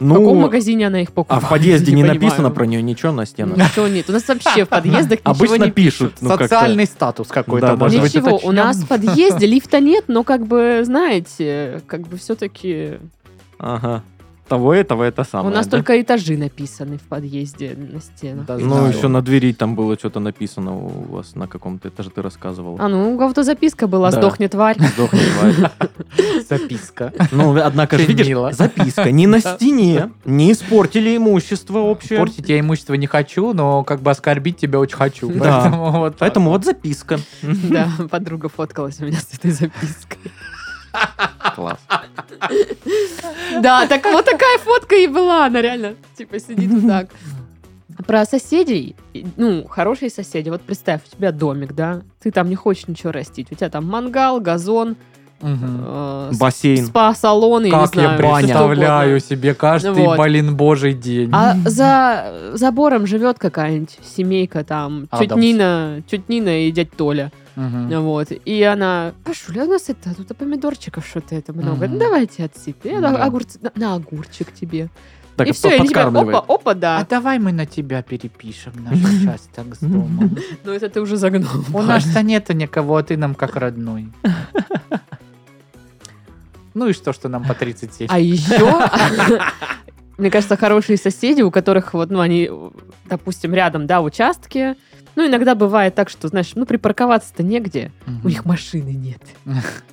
В каком Ну, магазине она их покупала? а в подъезде Я не понимаю. написано про нее ничего на стенах. Ничего нет. У нас вообще в подъездах ничего Обычно не пишут. ну, как-то. Социальный статус какой-то, Да, да, может да. быть, Ничего, у уточнём? нас в подъезде лифта нет, но как бы, знаете, как бы все-таки... Ага. Того этого это У самое. нас да? только этажи написаны в подъезде на стенах. Да, Ну, знаю. еще на двери там было что-то написано у вас на каком-то этаже, ты рассказывал. А ну, у кого-то записка была Да. «Сдохни, тварь». Сдохни, тварь. Записка. Ну, однако же, Ты видишь, мила. записка не на Да. стене, не испортили имущество общее. Портить я имущество не хочу, но как бы оскорбить тебя очень хочу. Да. Поэтому вот так. Поэтому вот записка. Да, подруга фоткалась у меня с этой запиской. Класс. Да, так вот такая фотка и была. Она реально, типа, сидит вот так. Про соседей. И, Ну, хорошие соседи. Вот представь, у тебя домик, да? Ты там не хочешь ничего растить. У тебя там мангал, газон, Мгм. э, с- Бассейн. спа-салон, я не Как я знаю. всё что представляю угодно. себе каждый, Вот. блин, божий день. А за забором живет какая-нибудь семейка там, тетя Адамс. Нина, тетя Нина и дядь Толя. Мгм. Вот. И она, Пашуля, у нас это, тут помидорчиков что-то это много. Мгм. Ну, давайте отсыпь. Я Да. огурцы- на, на огурчик тебе. Так, и все, и они тебя, опа, подкармливает. опа, да. А давай мы на тебя перепишем наш участок с домом. Ну, это ты уже загнул. У нас-то нету никого, а ты нам как родной. Ну и что, что нам по 37? А еще, мне кажется, хорошие соседи, у которых вот, ну, они, допустим, рядом, да, участки. Ну, иногда бывает так, что, знаешь, ну, припарковаться-то негде. У них машины нет.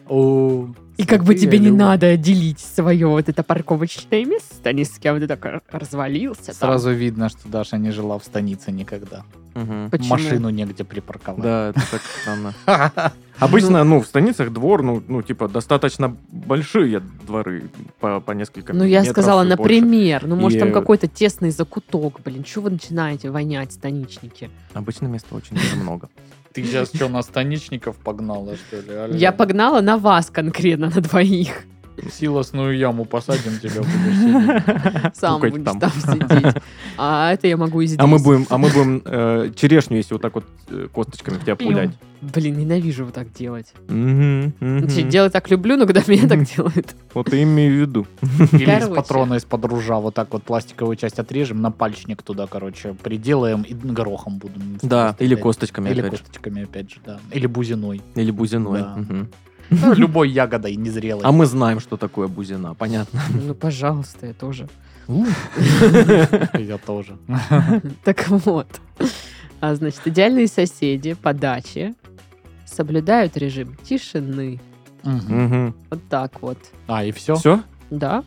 О, И как бы смотри, тебе я не люблю. надо делить свое вот это парковочное место ни с кем. Ты так р- развалился там. Сразу видно, что Даша не жила в станице никогда. Мгм. Почему? Машину негде припарковать. Да, это так странно. Да. Обычно, ну, в станицах двор, ну, ну, типа, достаточно большие дворы по, по несколько Ну, я метров сказала, и больше. например. Ну, может, И, там э, какой-то тесный закуток, блин. Чего вы начинаете вонять, станичники? Обычно места очень даже много. Ты сейчас что, на станичников погнала, что ли? а? Алло. Я погнала на вас конкретно, на двоих. В силосную яму посадим тебя, будешь сидеть. Сам Пукать будешь там. там сидеть. А это я могу и здесь. А мы будем, а мы будем э, черешню, если вот так вот э, косточками в тебя Пьем. пулять. Блин, ненавижу вот так делать. Мгм, Ну, мгм. чё, Делать так люблю, но когда меня так делают. Вот и имею в виду. Или из Короче. патрона из-под ружа вот так вот пластиковую часть отрежем, напальчник туда, короче, приделаем и грохом будем. Или косточками. косточками, Или опять же. косточками, опять же, да. Или бузиной. Или бузиной. Да. Мгм. Ну, Любой ягодой, незрелой. А мы знаем, что такое бузина, понятно. Ну, пожалуйста, я тоже. Я тоже. Так вот. А, значит, идеальные соседи по даче соблюдают режим тишины. Мгм. Мгм. Вот так вот. А, и все? Все? Да?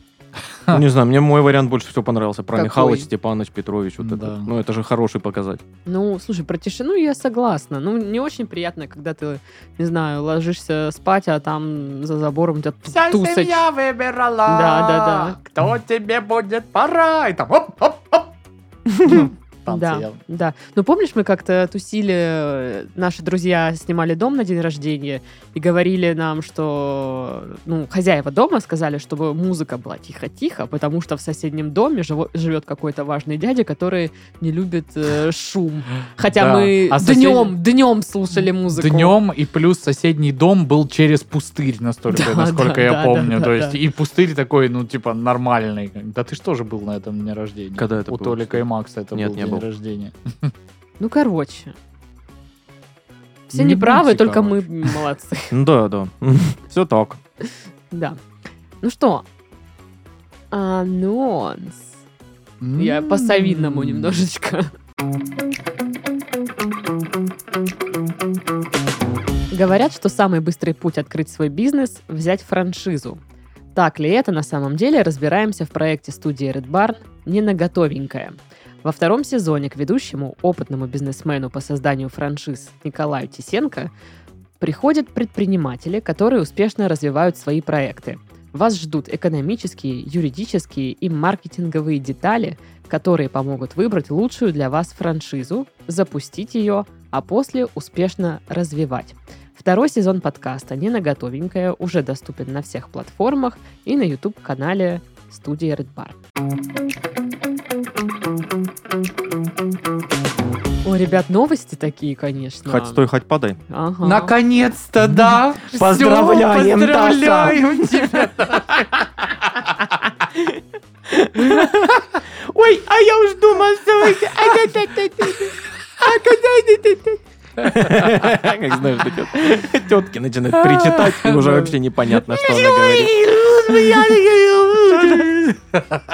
Ну, Не знаю, мне мой вариант больше всего понравился. Про Какой? Михалыч, Степаныч, Петрович. Вот Да. это. Ну, это же хороший показатель. Ну, слушай, про тишину я согласна. Ну, не очень приятно, когда ты, не знаю, ложишься спать, а там за забором у тебя тусач. выбирала. Да, да, да. Кто тебе будет пора? И там оп, оп, оп. Танцы да, я- да. Ну, помнишь, мы как-то тусили, э, наши друзья снимали дом на день рождения и говорили нам, что, ну, хозяева дома сказали, чтобы музыка была тихо-тихо, потому что в соседнем доме живо- живет какой-то важный дядя, который не любит э, шум. Хотя Да. мы А сосед- днем, днем слушали музыку. Днем и плюс соседний дом был через пустырь, настолько, Да, насколько да, я да, помню. да, То да, есть, да. и пустырь такой, ну, типа, нормальный. Да ты же тоже был на этом дне рождения. Когда это У было, Толика кстати? и Макса это Нет, был не день был. рождения. Ну, короче. Все Не неправы, будьте, только короче. мы молодцы. Ну, Да, да. Все так. Да. Ну что? А, Анонс. Я М. по-совиному немножечко. Говорят, что самый быстрый путь открыть свой бизнес – взять франшизу. Так ли это на самом деле, разбираемся в проекте студии Red Barn «Не на готовенькое». Во втором сезоне к ведущему, опытному бизнесмену по созданию франшиз Николаю Тисенко, приходят предприниматели, которые успешно развивают свои проекты. Вас ждут экономические, юридические и маркетинговые детали, которые помогут выбрать лучшую для вас франшизу, запустить ее, а после успешно развивать. Второй сезон подкаста «Не на готовенькое» уже доступен на всех платформах и на YouTube-канале студия Red Bar. О, ребят, новости такие, конечно. Хоть стой, хоть падай. Ага. Наконец-то, да. Всё, Поздравляем, поздравляем тебя. Ой, а я уж думал, что вы... А, да, да, да, да. А когда... да, да, да. Как знаешь, тетки начинают причитать, и уже вообще непонятно, что она говорит.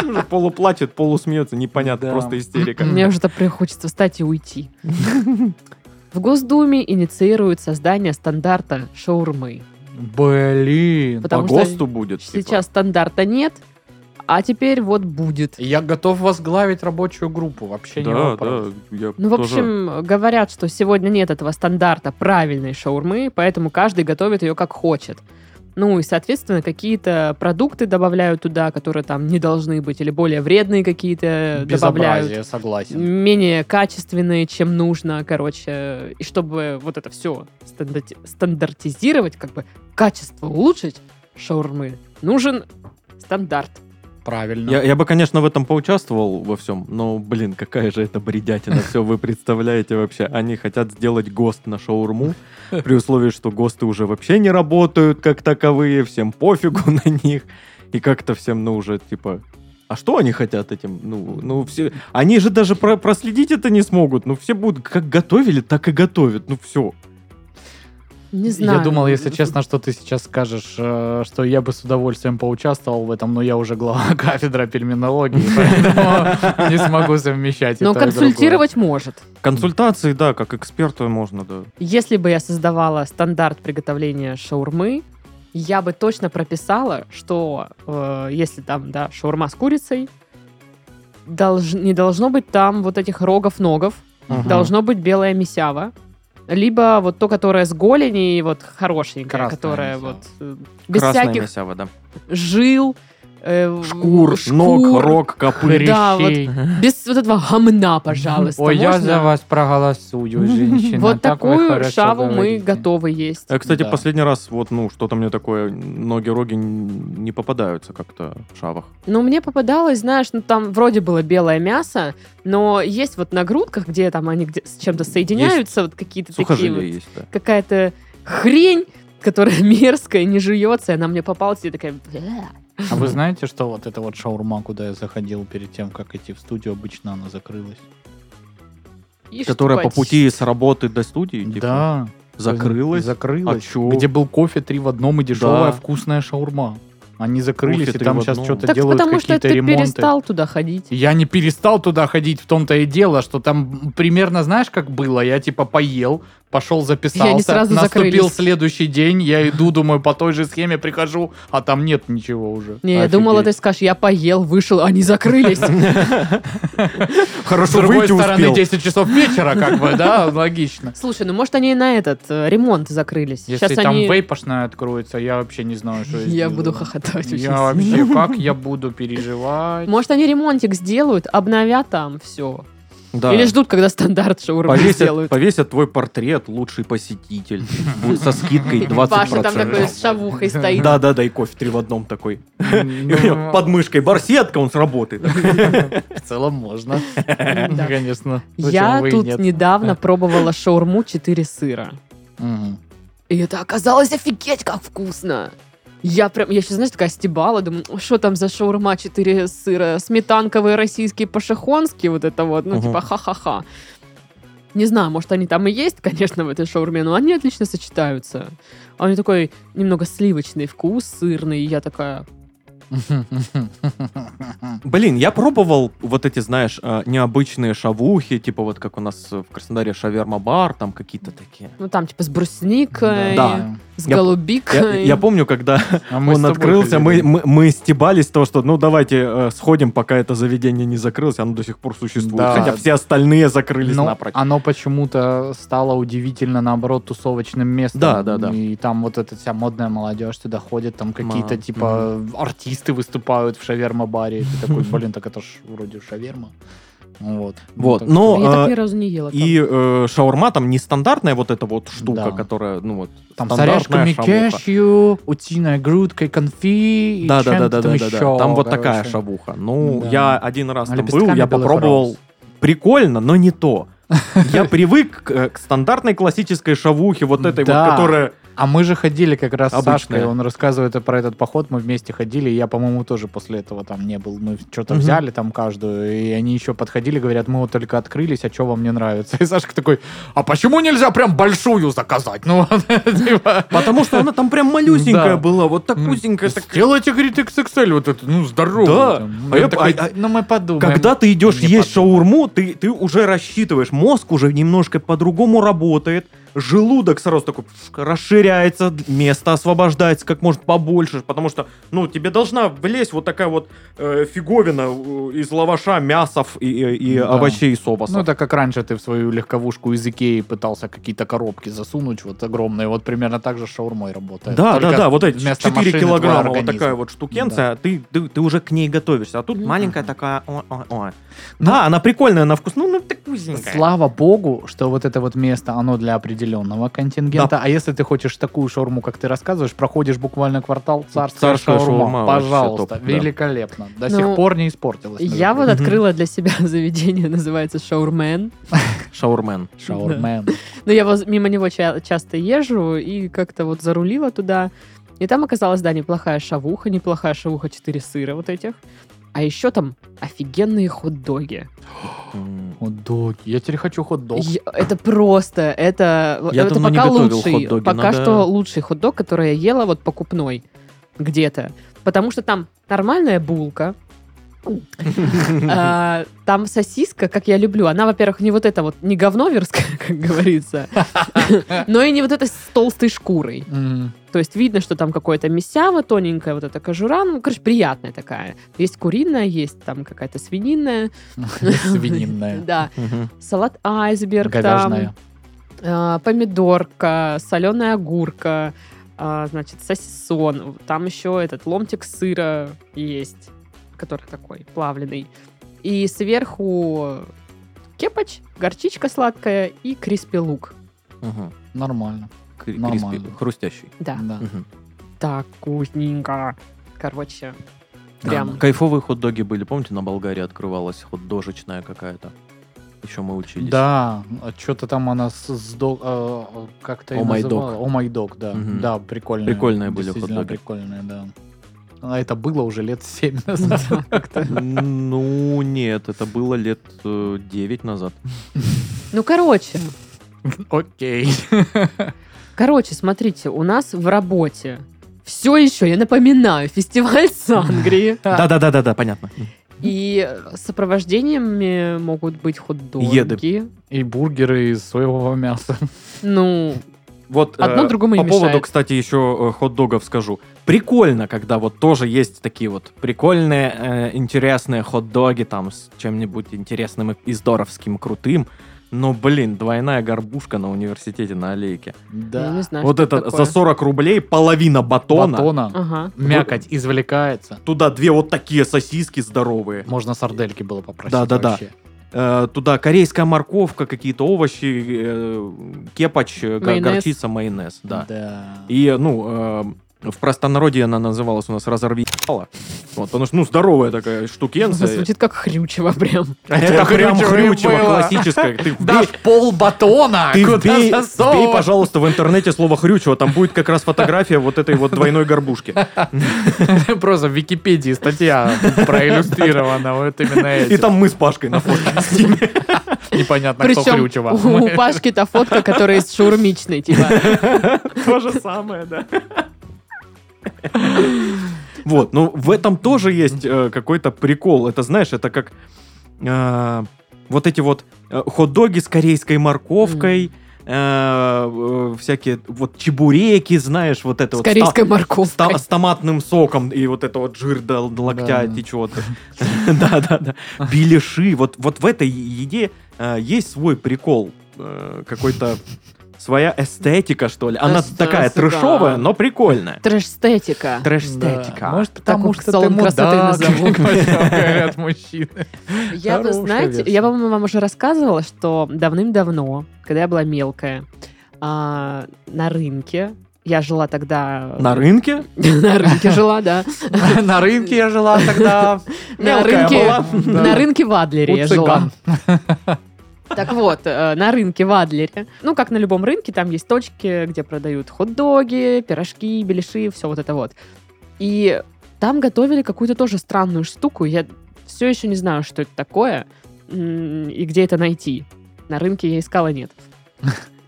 Уже полуплачет, полусмеется, непонятно, Да. просто истерика. Мне уже так прям хочется встать и уйти. В Госдуме инициируют создание стандарта шаурмы. Блин. По Потому что ГОСТу будет. типа. Сейчас стандарта нет, а теперь вот будет. Я готов возглавить рабочую группу, вообще не Да, вопрос. да. я Ну, в тоже- общем, говорят, что сегодня нет этого стандарта правильной шаурмы, поэтому каждый готовит ее как хочет. Ну и, соответственно, какие-то продукты добавляют туда, которые там не должны быть, или более вредные какие-то добавляют, Э, Безобразие, согласен. менее качественные, чем нужно, короче. И чтобы вот это все стандартизировать, как бы качество улучшить шаурмы, нужен стандарт. Правильно. Я, я бы, конечно, в этом поучаствовал во всем, но, блин, какая же это бредятина, все вы представляете вообще. Они хотят сделать ГОСТ на шаурму, при условии, что ГОСТы уже вообще не работают как таковые, всем пофигу на них, и как-то всем, ну, уже, типа... А что они хотят этим? Ну, ну все, они же даже про- проследить это не смогут. Ну, все будут как готовили, так и готовят. Ну, все. Не знаю. Я думал, если честно, что ты сейчас скажешь, э, что я бы с удовольствием поучаствовал в этом, но я уже глава кафедры пельменологии, поэтому не смогу совмещать и Но то, и другое. консультировать может. Консультации, да, как эксперту можно, да. Если бы я создавала стандарт приготовления шаурмы, я бы точно прописала, что э, если там, да, шаурма с курицей, долж- не должно быть там вот этих рогов-ногов, Мгм. должно быть белая месява, либо вот то, которое с голени, вот хорошенькое, Красная которое месява. вот э, без Красная всяких месява, да. жил, э, в- Шкур, ног, шкур, рог, копыри. Да, вот Хрящей. без вот этого гомна, пожалуйста. Ой, я можно? за вас проголосую, женщина. Вот так вы такую хорошо шаву говорите. Э, мы готовы есть. А, кстати, Да. последний раз, вот, ну, что-то мне такое, ноги-роги н- не попадаются как-то в шавах. Ну, мне попадалось, знаешь, ну там вроде было белое мясо, но есть вот на грудках, где там они где- с чем-то соединяются, вот какие-то такие Сухожилия вот, есть, да. какая-то хрень, которая мерзкая, не жуется, и она мне попалась, и я такая... «Бля». А вы знаете, что вот эта вот шаурма, куда я заходил перед тем, как идти в студию, обычно она закрылась? Ишь, Которая по тупать. пути с работы до студии, типа, Да. закрылась. Закрылась. А чё? Где был кофе три в одном и Да. дешевая вкусная шаурма. Они закрылись, Кофе и три там в сейчас одном. что-то Так делают потому что какие-то ты ремонты. перестал туда ходить. Я не перестал туда ходить, в том-то и дело, что там примерно, знаешь, как было? Я типа поел, пошел записался, И они сразу наступил закрылись. следующий день, я иду, думаю, по той же схеме прихожу, а там нет ничего уже. Не, я думала, ты Офигеть. скажешь, я поел, вышел, они закрылись. С Хорошо, другой выйти стороны, успел. 10 часов вечера, как бы, да, логично. Слушай, ну может они и на этот э, ремонт закрылись. Если Сейчас там они... вейпошная откроется, я вообще не знаю, что Я сделаю. буду хохотать очень Я сильно. вообще, как я буду переживать? Может, они ремонтик сделают, обновят там все. Да. Или ждут, когда стандарт шаурмы Повесят, сделают. повесят твой портрет, лучший посетитель, будет со скидкой Паша там такой 20%. с шавухой стоит. Да-да-да, и кофе три в одном такой. И у него Ну, Под мышкой барсетка, он сработает. В целом можно, Да. конечно. Я Почему бы и тут нет? недавно пробовала шаурму 4 сыра. Мгм. И это оказалось офигеть, как вкусно. Я прям, я сейчас, знаешь, такая стебала, думаю, «О, что там за шаурма 4 сыра, сметанковые российские пашихонские, вот это вот, ну, Мгм. типа ха-ха-ха. Не знаю, может, они там и есть, конечно, в этой шаурме, но они отлично сочетаются. А у них такой немного сливочный вкус, сырный, и я такая, Блин, я пробовал вот эти, знаешь, э, необычные шавухи, типа вот как у нас э, в Краснодаре шаверма-бар, там какие-то такие. ну, там, типа, с брусникой, Да. с Я- Я, голубикой. я помню, когда А мы с он тобой открылся, мы, ходили. мы, мы стебались то, что ну давайте э, сходим, пока это заведение не закрылось, оно до сих пор существует. Да. Ну, а Хотя все остальные закрылись Но напрочь. оно почему-то стало удивительно, наоборот, тусовочным местом. Да, да, да. И там вот эта вся модная молодежь туда ходит, там какие-то, Ма- типа, артисты выступают в шаверма-баре. И ты такой, блин, так это ж вроде шаверма. Вот. Вот, Так но Я а, так ни разу не ела. и э, шаурма там нестандартная вот эта вот штука, Да. которая, ну вот, Там с стандартная орешками шавуха. кешью, утиной грудкой конфи и Да, да, да, чем-то да, там да, да, да. еще, Там вот короче. такая шавуха. Ну, Да. я один раз там был, Лепестками я белых попробовал. роз. Прикольно, но не то. Я привык к к стандартной классической шавухе, вот этой вот, Да. которая... А мы же ходили как раз Обычная. с Сашкой, он рассказывает и про этот поход, мы вместе ходили, и я, по-моему, тоже после этого там не был. Мы что-то Мгм. взяли там каждую, и они еще подходили, говорят, мы вот только открылись, а что вам не нравится? И Сашка такой, а почему нельзя прям большую заказать? Ну, типа... Потому что она там прям малюсенькая Да. была, вот так М. узенькая. так- Сделайте, говорит, XXL вот это, ну, здорово. Да. Там. А я- Он такой, а- а- ну, мы подумаем. Когда ты идешь Не есть подумал. шаурму, ты, ты уже рассчитываешь, мозг уже немножко по-другому работает, желудок сразу такой пш, расширяется, место освобождается как может побольше, потому что, ну, тебе должна влезть вот такая вот э, фиговина э, из лаваша, мясов и, и- и Да. овощей и сопоса. Ну, это как раньше ты в свою легковушку из Икеи пытался какие-то коробки засунуть, вот огромные. Вот примерно так же с шаурмой работает. да, Только да, да, вот эти вместо 4 машины твой килограмма, вот организм. такая вот штукенция, ты, ты, ты уже к ней готовишься, а тут Мгм. маленькая такая, о, о, Ну. о. Да, она прикольная на вкус, ну, ну, так узенькая. Слава богу, что вот это вот место, оно для определенного контингента. А если ты хочешь такую шаурму, как ты рассказываешь, проходишь буквально квартал царская, Царская шаурма. шаурма вообще Пожалуйста, топ, да. великолепно. До Ну, сих пор не испортилась. между Я вот прочим. Мгм. открыла для себя заведение, называется Шаурмен. Шаурмен. Шаурмен. Но я воз- мимо него ча- часто езжу и как-то вот зарулила туда. И там оказалась, да, неплохая шавуха, неплохая шавуха 4 сыра вот этих. А еще там офигенные хот-доги. М. Хот-доги. Я теперь хочу хот-дог. Я- Это просто, это, э, Я это давно не пока готовил лучший, хот-доги, пока надо- что лучший хот-дог, который я ела вот покупной где-то, потому что там нормальная булка, а, там сосиска, как я люблю, она, во-первых, не вот это вот не говноверская, как говорится, но и не вот эта с толстой шкурой. М. То есть видно, что там какое-то мясяво, тоненькая вот эта кожура, ну, короче, приятная такая. Есть куриная, есть там какая-то свининная. Свининная. Да. Мгм. Салат айсберг там. Говяжная. а, помидорка, соленая огурка, а, значит, сосисон. Там еще этот ломтик сыра есть, который такой плавленый. И сверху кепач, горчичка сладкая и криспи лук. Мгм. Нормально. Кри- Нормально. Криспи, хрустящий. Да, Да. Мгм. так вкусненько. Короче, прям... Кайфовые хот-доги были, помните, на Болгарии открывалась хот-дожечная какая-то. Еще мы учились. Да, что-то там она с, с до- э, как-то О и май называла. О май дог, да. Мгм. Да, прикольные. Прикольные были Действительно хот-доги. прикольные, да. А это было уже лет 7 да, назад. как-то. Ну, нет, это было лет э, 9 назад. Ну, короче, Окей. короче, смотрите, у нас в работе все еще, я напоминаю, фестиваль Сангрии. Да-да-да-да, понятно. И сопровождениями могут быть хот-доги. Еды. И бургеры из соевого мяса. Ну, Вот э, Одно другому не По поводу, мешает. кстати, еще э, хот-догов скажу. Прикольно, когда вот тоже есть такие вот прикольные, э, интересные хот-доги там с чем-нибудь интересным и- и здоровским, крутым. Но, блин, двойная горбушка на университете на аллейке. я не Да. знаю, вот что это такое. за 40 рублей половина батона. Батона. Ага. Мякоть извлекается. Туда две вот такие сосиски здоровые. Можно сардельки было попросить. Да-да-да. вообще. Э, туда корейская морковка, какие-то овощи, э, кепач, э, го- Майонез. горчица, майонез. Да. Да. И, ну, э, в простонародье она называлась у нас разорви ебало». Вот, потому что, ну, здоровая такая штукенция. Звучит как хрючево прям. Это Это прям хрючево и хрючево было. классическое. Ты вбей, Дашь пол батона! ты Куда вбей- засовывать? вбей, пожалуйста, в интернете слово хрючево. Там будет как раз фотография вот этой вот двойной горбушки. Просто в Википедии статья проиллюстрирована. Вот именно И этим. там мы с Пашкой на фотке. сидим. Непонятно, кто Причем Крючева. у, у Пашки та фотка, которая из шаурмичной, типа. То же самое, да. Вот, ну в этом тоже есть э, какой-то прикол. Это, знаешь, это как э, вот эти вот э, хот-доги с корейской морковкой, э, э, всякие вот чебуреки, знаешь, вот это С вот корейской с, та- морковкой. с томатным соком, и вот это вот жир до до локтя Да. течет. Да-да-да. Беляши. Вот, вот в этой еде э, есть свой прикол. э, Какой-то своя эстетика, что ли. Она Эстетика. такая трешовая, но прикольная. Трэш-стетика. Трэш-эстетика. Да, Может, потому вот что ты салон красоты мудак, назовут. говорят мужчины. Я, бы, Хорошая знаете, версия. я, по-моему, вам уже рассказывала, что давным-давно, когда я была мелкая, а, на рынке, я жила тогда... На рынке? На рынке жила, да. На рынке я жила тогда. На Мелкая рынке, была. Да. на рынке в Адлере У я жила. цыган. Так вот, э, на рынке в Адлере. Ну, как на любом рынке, там есть точки, где продают хот-доги, пирожки, беляши, все вот это вот. И там готовили какую-то тоже странную штуку. Я все еще не знаю, что это такое м, и где это найти. На рынке я искала нет.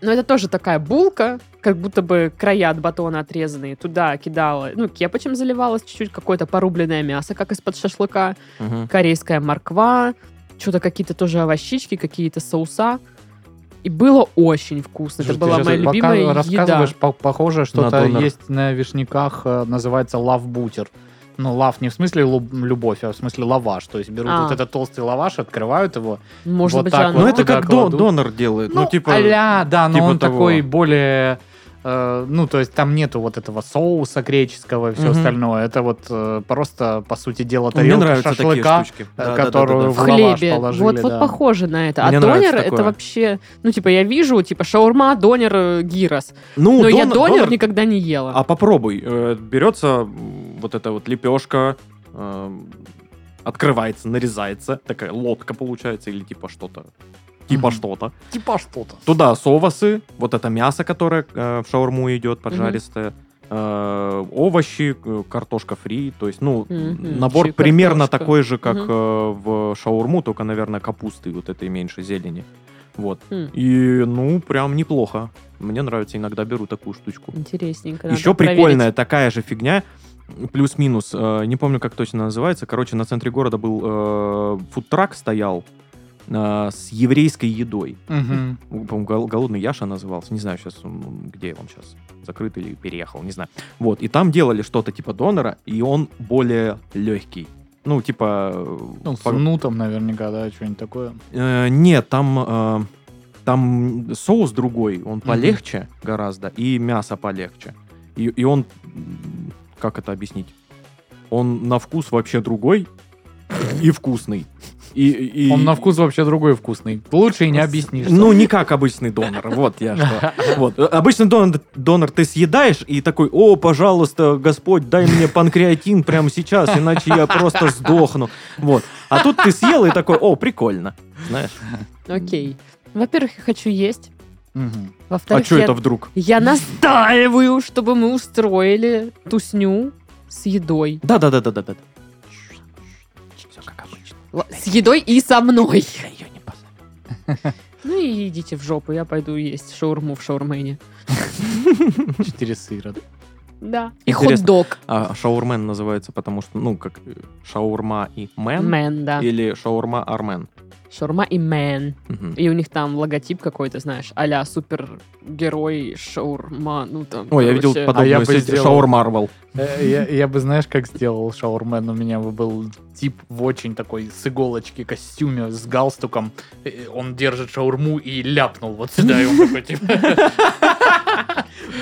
Но это тоже такая булка, как будто бы края от батона отрезанные. Туда кидала, ну, кепочем заливалась чуть-чуть, какое-то порубленное мясо, как из-под шашлыка Мгм. корейская морква, что-то какие-то тоже овощички, какие-то соуса. И было очень вкусно. Слушай, это была ты моя сейчас любимая пока еда. рассказываешь, по- похоже, что-то донор. есть на вишняках, э, называется лав-бутер. Ну, лав не в смысле лу- любовь, а в смысле лаваш. То есть берут А. вот этот толстый лаваш, открывают его. Может вот быть, так оно- Ну, вот. это туда как до- кладут. донор делает. Ну, типа... а-ля, да, но типа он того. такой более... э, ну, то есть там нету вот этого соуса греческого и все Мгм. остальное. Это вот э, просто, по сути дела, Мне тарелка нравятся шашлыка. такие штучки. э, которую в в лаваш хлебе. положили, вот, вот да. похоже на это. а Мне нравится донер это такое. вообще, ну типа я вижу, типа шаурма, донер, э, гирос. Ну, Но я донор- донер, донор- никогда не ела. А попробуй. Э, Берется м, вот эта вот лепешка, эм, открывается, нарезается, такая лодка получается или типа что-то. Типа Мгм. что-то. Типа что-то. Туда соусы, вот это мясо, которое э, в шаурму идет, поджаристое. э, овощи, э, картошка фри, то есть, ну, Мгм. набор Еще и примерно картошка. такой же, как Мгм. э, в шаурму, только, наверное, капусты и вот этой меньше зелени. Вот. М. И, ну, прям неплохо. Мне нравится, иногда беру такую штучку. Интересненько. надо Еще проверить. прикольная такая же фигня, плюс-минус, э, не помню, как точно называется. Короче, на центре города был э, фудтрак стоял э, с еврейской едой. Мгм. По-моему, «Гол- «Голодный Яша» назывался. Не знаю сейчас, он- где он сейчас, закрыт или переехал, не знаю. Вот, и там делали что-то типа донора, и он более легкий. Ну, типа... э, Ну, с по- нутом наверняка, да, что-нибудь такое. Э, нет, там, э, там соус другой, он полегче гораздо, и мясо полегче. И, и он, м, как это объяснить? Он на вкус вообще другой и вкусный. И, и- Он на вкус вообще другой вкусный. Лучше и не объяснишь. Ну, не как обычный донор, вот я что. Вот. Э, Обычный донор, донор ты съедаешь и такой, о, пожалуйста, Господь, дай мне панкреатин прямо сейчас, иначе я просто сдохну. Вот. А тут ты съел и такой, о, прикольно. Знаешь? Окей. Во-первых, я хочу есть. Мгм. Во-вторых, А чё я, вдруг? я настаиваю, чтобы мы устроили тусню с едой. Да, да, да, да, да, да. Все как обычно. Л- С едой и со мной. Я ее не позову. Ну и идите в жопу, я пойду есть шаурму в шаурмене. Четыре сыра. Да. И Интересно. хот-дог. А шаурмен называется, потому что, ну, как э, шаурма и мен, Мэн, да. или шаурма армен. Шаурма и мэн. Мгм. И у них там логотип какой-то, знаешь, а-ля супергерой шаурма, ну там, Ой, я видел короче. А я подобную бы сеть сделал. шаурмарвел. Э, Я, я бы, знаешь, как сделал шаурмен? У меня бы был тип в очень такой с иголочки костюме, с галстуком. Э, Он держит шаурму и ляпнул вот сюда. и он такой, типа,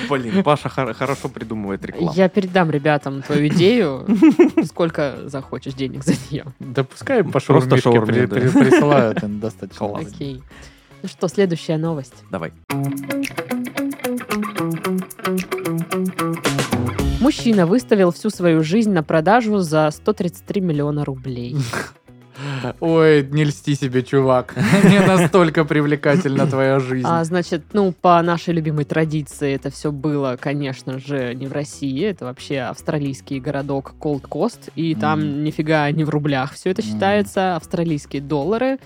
Блин, Паша хор- хорошо придумывает рекламу. Я передам ребятам твою идею, сколько захочешь денег за нее. Да пускай по Просто шаурмишке шаурме, при- да. при- присылают. им Достаточно. Класс. Ладно. Окей. Ну что, следующая новость. Давай. Мужчина выставил всю свою жизнь на продажу за 133 миллиона рублей. Ой, не льсти себе, чувак. Не настолько привлекательна твоя жизнь. А, значит, ну, по нашей любимой традиции это все было, конечно же, не в России. Это вообще австралийский городок Колд Кост. И там Мгм. нифига не в рублях все это Мгм. считается. Австралийские доллары.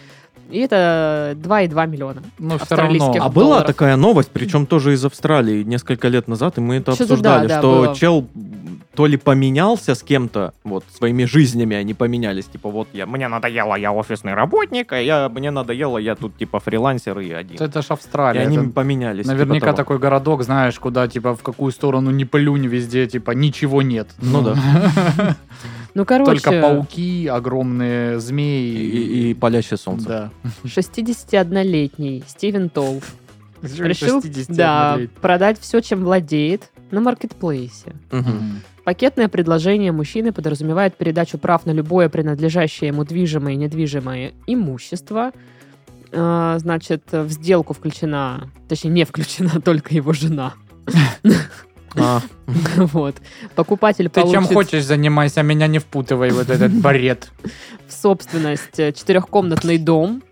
И это 2,2 миллиона. Но все австралийских Ну, равно. А Долларов. была такая новость, причем тоже из Австралии несколько лет назад, и мы это Что-то обсуждали, да, да, что было. чел м, то ли поменялся с кем-то, вот своими жизнями они поменялись, типа вот я мне надоело, я офисный работник, а я мне надоело, я тут типа фрилансер и один. Это ж И Австралия. они это- поменялись. типа Наверняка того. такой городок, знаешь, куда, типа, в какую сторону не плюнь, везде, типа, ничего нет. Ну да. Ну, короче, Только пауки, огромные И, змеи. и- и палящее солнце. Да. 61-летний Стивен Толл Решил, да, продать все, чем владеет, на маркетплейсе. Мгм. Мгм. Пакетное предложение мужчины подразумевает передачу прав на любое принадлежащее ему движимое и недвижимое имущество. Э, Значит, в сделку включена, точнее, не включена только его жена. А, Вот. Покупатель Ты чем получит хочешь занимайся, меня не впутывай вот этот барет. в собственность э, четырехкомнатный дом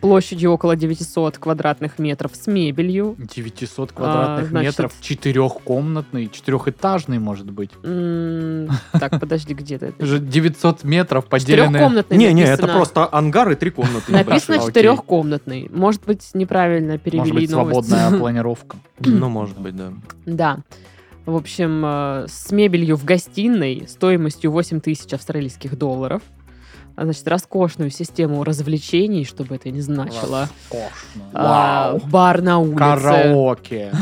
площадью около 900 квадратных метров с мебелью. 900 А, квадратных значит- метров, четырехкомнатный, четырехэтажный, может быть. М, Так, подожди, где-то это? Же 900 метров поделены... Четырехкомнатный Не-не, это написано. просто ангар и три комнаты. Написано Окей. четырехкомнатный. Может быть, неправильно перевели Может быть, новость. свободная планировка. небольшие. Ну, может быть, да. Да. В общем, э, с мебелью в гостиной стоимостью 8 тысяч австралийских долларов. А, Значит, роскошную систему развлечений, чтобы это не значило. Роскошно. А, Вау. Бар на улице. Караоке.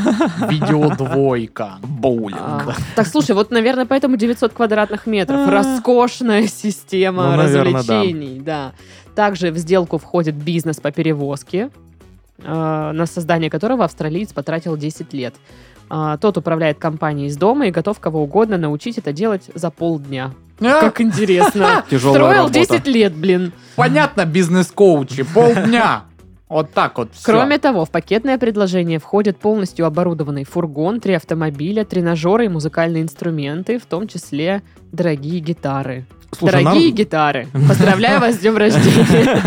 Видеодвойка. А, Боулинг. Так, слушай, вот, наверное, поэтому 900 квадратных метров. А. Роскошная система Ну, наверно, да. развлечений, да. Также в сделку входит бизнес по перевозке, э, на создание которого австралиец потратил 10 лет. А, Тот управляет компанией из дома и готов кого угодно научить это делать за полдня. Э, Как интересно. А. Тяжелая Строил работа. 10 лет, блин. Понятно, бизнес-коучи, полдня. Вот так вот. всё. Кроме того, в пакетное предложение входит полностью оборудованный фургон, три автомобиля, тренажеры и музыкальные инструменты, в том числе дорогие гитары. Слушай, нам- Дорогие гитары, поздравляю вас с днем рождения.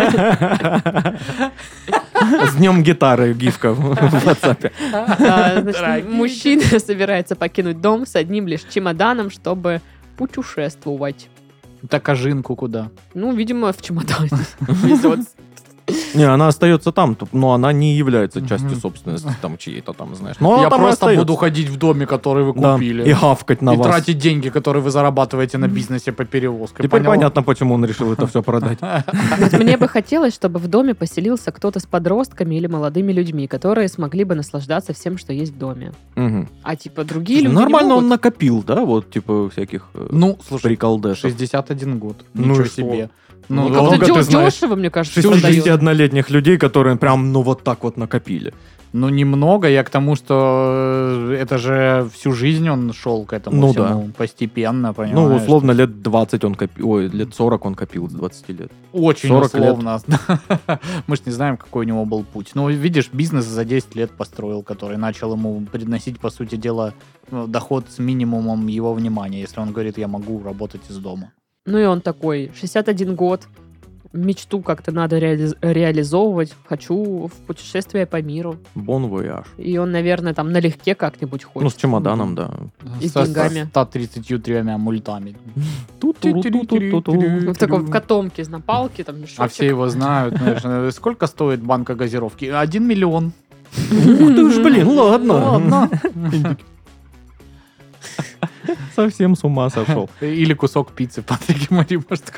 С днем гитары гифка в WhatsApp. А, значит, Дорогие Мужчина собирается покинуть дом с одним лишь чемоданом, чтобы путешествовать. Так кожинку куда? Ну, видимо, в чемодане везет. Не, она остается там, т- но она не является частью Мгм. собственности там чьей-то там, знаешь. Но она Я там и просто остаётся. буду ходить в доме, который вы Да, И купили. гавкать на И вас. тратить деньги, которые вы зарабатываете на бизнесе по перевозке. Теперь Поняла? понятно, почему он решил это все продать. Вот мне бы хотелось, чтобы в доме поселился кто-то с подростками или молодыми людьми, которые смогли бы наслаждаться всем, что есть в доме. Мгм. А типа другие люди не ну Нормально он могут. накопил, да, вот типа всяких э, Ну, слушай, приколдешек. 61 год. Ну Ничего и что? себе. Ну, долго Как-то ты дё- знаешь. дешево, мне кажется, продают. 61-летних людей, которые прям, ну, вот так вот накопили. Ну, немного. Я к тому, что э, это же всю жизнь он шел к этому Ну всему. Постепенно, понимаешь? Ну, условно, лет 20 он копил, ой, лет 40 он копил с 20 лет. Очень 40 лет. условно. Мы же не знаем, какой у него был путь. Ну, видишь, бизнес за 10 лет построил, который начал ему приносить, по сути дела, ну, доход с минимумом его внимания, если он говорит, я могу работать из дома. Ну и он такой, 61 год, мечту как-то надо реали- реализовывать, хочу в путешествие по миру. Бон вояж. И он, наверное, там налегке как-нибудь ходит. Ну, с чемоданом, да. И с Со- деньгами. со 133 мультами. Ну, в таком в котомке, на палке, там, мешочек. А все его знают, знаешь, сколько стоит банка газировки? Один миллион. Ух ты ж, блин, ладно. Ладно. Совсем с ума сошел. Или кусок пиццы по может.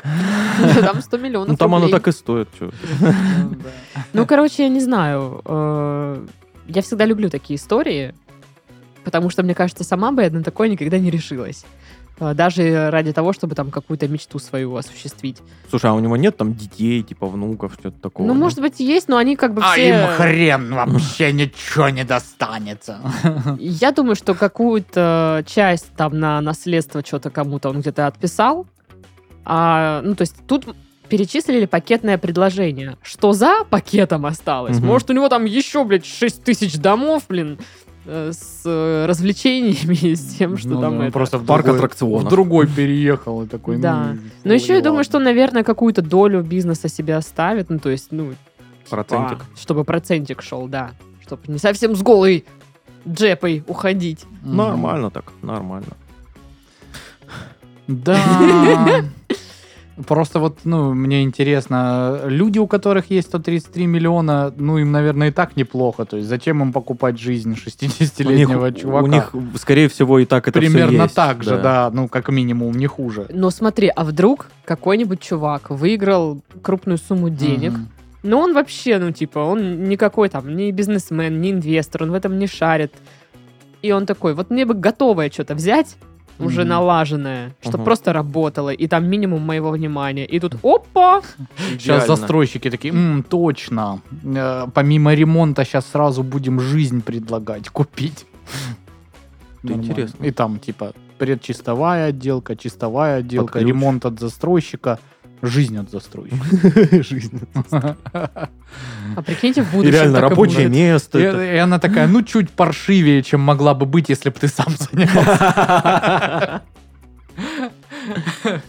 Там 100 Ну, миллионов там оно рублей. так и стоит. чё. Ну, короче, я не знаю. э, Я всегда люблю такие истории, потому что, мне кажется, сама бы я на такое никогда не решилась. Э, Даже ради того, чтобы там какую-то мечту свою осуществить. Слушай, а у него нет там детей, типа внуков, что-то такого? Ну, может быть, и есть, но они как бы А Ну, все... им хрен вообще ничего не достанется. Я думаю, что какую-то часть там на наследство что-то кому-то он где-то отписал. А, ну, то есть тут перечислили пакетное предложение. Что за пакетом осталось? Мгм. Может, у него там еще, блядь, 6 тысяч домов, блин, э, с э, развлечениями и с тем, что Ну там да, это. Просто в Парк другой- аттракционов. В другой переехал и такой, ну, Да. и Но еще я ладно. думаю, что, наверное, какую-то долю бизнеса себе оставит. Ну, то есть, ну... типа, Процентик. чтобы процентик шел, да. Чтобы не совсем с голой джепой уходить. Мгм. Ну, Нормально так, нормально. Да. Просто вот, ну, мне интересно, люди, у которых есть 133 миллиона, ну, им, наверное, и так неплохо. То есть зачем им покупать жизнь У них, 60-летнего чувака? у них, скорее всего, и так это всё Примерно есть, так же, да. Ну, как минимум, не хуже. Но смотри, а вдруг какой-нибудь чувак выиграл крупную сумму денег, Мгм. но он вообще, ну, типа, он никакой там, не бизнесмен, не инвестор, он в этом не шарит. И он такой, вот мне бы готовое что-то взять, уже Мгм. налаженное, что Ага. просто работало, и там минимум моего внимания. И тут опа! Сейчас застройщики такие, «М, точно. Э, помимо ремонта сейчас сразу будем жизнь предлагать, купить. Это Нормально. интересно. И там типа предчистовая отделка, чистовая отделка, ключ. ремонт от застройщика, жизнь от застройщика. Жизнь. А прикиньте, в И будущем реально так и рабочее будет. место. И, это- и она такая, ну чуть паршивее, чем могла бы быть, если бы ты сам занялся.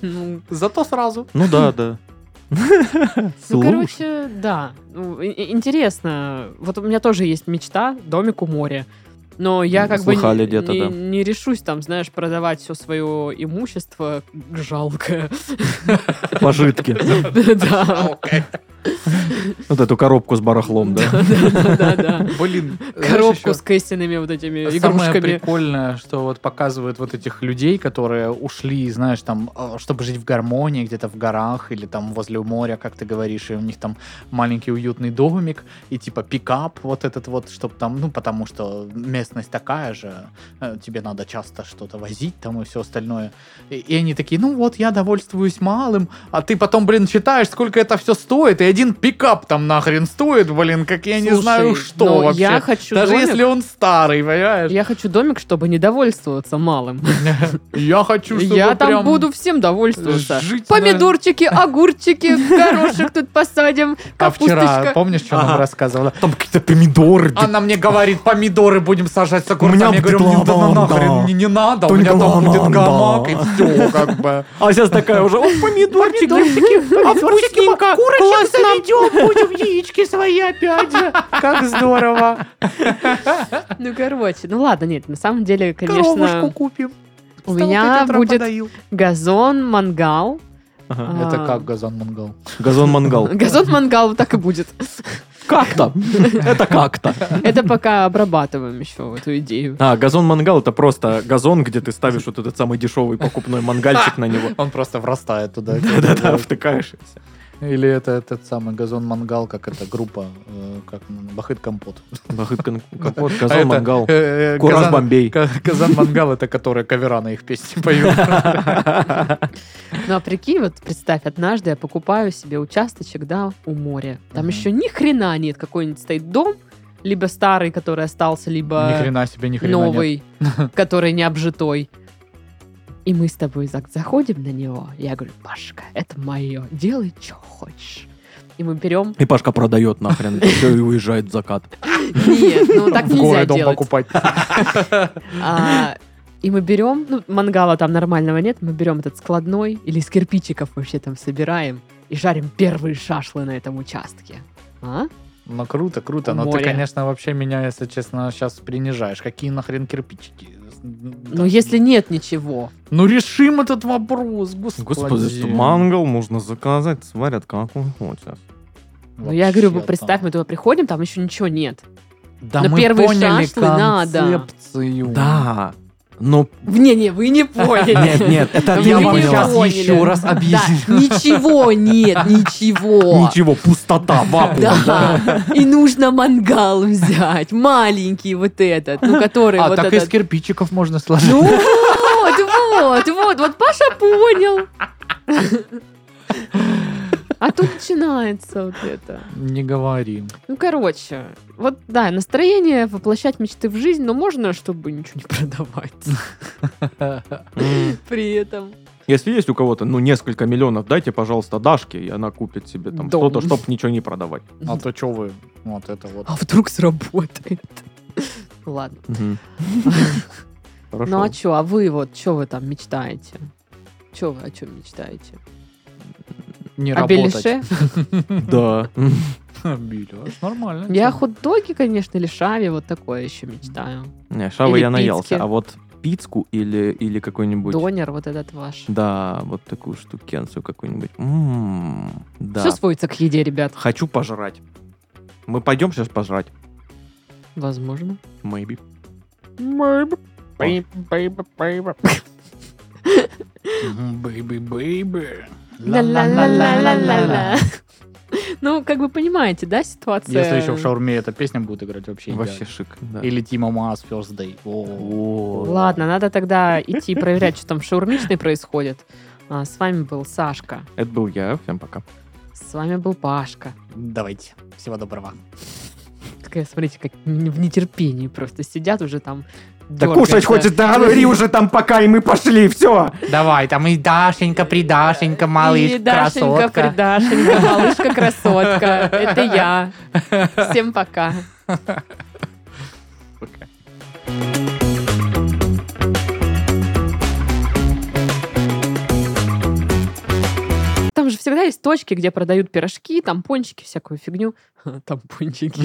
Ну, Зато сразу. Ну да, да. Ну, Слушай. короче, да. Ну, и- и- Интересно. Вот у меня тоже есть мечта домик у моря. Но я М, как бы слыхали не, где-то, не- да. не решусь там, знаешь, продавать все свое имущество жалкое. Пожитки. Да. Вот эту коробку с барахлом, да? Да, да. Блин, знаешь, Коробку ещё с кэстинами вот этими Самое игрушками. прикольное, что вот показывают вот этих людей, которые ушли, знаешь, там, э, чтобы жить в гармонии, где-то в горах или там возле моря, как ты говоришь, и у них там маленький уютный домик и типа пикап вот этот вот, чтобы там, ну, потому что местность такая же, э, тебе надо часто что-то возить там и все остальное. И, и они такие, ну вот, я довольствуюсь малым, а ты потом, блин, считаешь, сколько это все стоит, и один пикап там нахрен стоит, блин, как я не Слушай, знаю, что но вообще. Я хочу Даже домик- если он старый, понимаешь? я хочу домик, чтобы не довольствоваться малым. Я хочу, чтобы Я там прям- буду всем довольствоваться. жить на- Помидорчики, огурчики, горошек тут посадим, А вчера, капусточка. помнишь, что она нам Ага. рассказывала? Там какие-то помидоры. А да. Она мне говорит, помидоры будем сажать с огурцами. меня Я говорю, будет «Ну да на лаванда. нахрен, мне не надо, у Только меня там будет лаванда». гамак и все, как бы. А сейчас такая уже, о, помидорчик. Вкусненько, классно. типа, Заведем, будем яички свои опять же. Как здорово. Ну, короче, ну ладно, нет, на самом деле, Коровушку конечно, купим. у меня Столпы будет тетраподоил. газон, мангал. Ага. А, Это как газон-мангал? Газон-мангал. Газон, мангал, так и будет. Как-то. Это как-то. Это пока обрабатываем еще эту идею. А, газон-мангал это просто газон, где ты ставишь вот этот самый дешевый покупной мангальчик на него. Он просто врастает туда. Да-да-да, втыкаешь. и всё. Или это этот самый газон-мангал, как эта группа, э, как м, Бахыт-компот. Бахыт кон- компот, А это, газон-мангал. э, э, Кураж Казан- Бомбей. Ка- Казан-мангал это которые кавера на их песни поют. Ну, а прикинь, вот представь, однажды я покупаю себе участочек, да, у моря. Там Мгм. еще ни хрена нет, какой-нибудь стоит дом, либо старый, который остался, Ни либо хрена себе, ни хрена нет. новый, который не обжитой. И мы с тобой за- заходим на него. Я говорю, Пашка, это мое, делай, что хочешь. И мы берем... И Пашка продает нахрен, все и уезжает в закат. Нет, ну так в нельзя горы дом делать. покупать. А, и мы берем, ну, мангала там нормального нет, мы берем этот складной или из кирпичиков вообще там собираем и жарим первые шашлы на этом участке. А? Ну круто, круто. У Но моря. ты, конечно, вообще меня, если честно, сейчас принижаешь. Какие нахрен кирпичики? Ну, если нет ничего. Ну решим этот вопрос, господи. можно заказать, сварят как он хочет. Ну, я говорю, мы представь, мы туда приходим, там еще ничего нет. Да на мы первые поняли шашлы надо. концепцию. Да, но... Не-не, вы не поняли. Нет, нет, это Ну, Вы я не вам поняли. сейчас еще раз Да, объясню. ничего нет, ничего. Ничего, пустота, вакуум. Да, и нужно мангал взять, маленький вот этот, ну, который А, вот так из этот. кирпичиков можно сложить. Ну вот, вот, вот, вот Паша понял. А тут начинается вот это. Не говори. Ну, короче, вот, да, настроение воплощать мечты в жизнь, но можно, чтобы ничего не продавать М. при этом. Если есть у кого-то, ну, несколько миллионов, дайте, пожалуйста, Дашке, и она купит себе там Дом. что-то, чтобы ничего не продавать. А то что вы? Вот это вот. А вдруг сработает? Ладно. Хорошо. Ну, а что, а вы вот, что вы там мечтаете? Че вы о чем мечтаете? Не О работать. беляше? Да. Беляш, нормально. Я чё? хот-доги, конечно, или шави, вот такое еще мечтаю. Не, шавы Или я наелся, пицки. а вот пицку или, или какой-нибудь... Донер вот этот ваш. Да, вот такую штукенцию какую-нибудь. М, Да. Все сводится к еде, ребят. Хочу пожрать. Мы пойдем сейчас пожрать. Возможно. Maybe. Мгм, Бэйби, бэйби. Ла-ла-ла-ла-ла-ла. Ну, как бы понимаете, да, ситуация? Если еще в шаурме эта песня будет играть, вообще Вообще идеально. шик. да. Или Тима Маас First Day. О. Ладно, надо тогда идти проверять, что там в шаурмичной происходит. А, с вами был Сашка. Это был я. Всем пока. С вами был Пашка. Давайте. Всего доброго. Такая, смотрите, как н- в нетерпении просто сидят уже там. Да дёргаются. кушать хочет, да говори уже там пока, и мы пошли, все. Давай, там и Дашенька, придашенька, И Дашенька, придашенька, малышка, красотка. Это я. Всем пока. Там же всегда есть точки, где продают пирожки, тампончики, всякую фигню. Ха, Тампончики.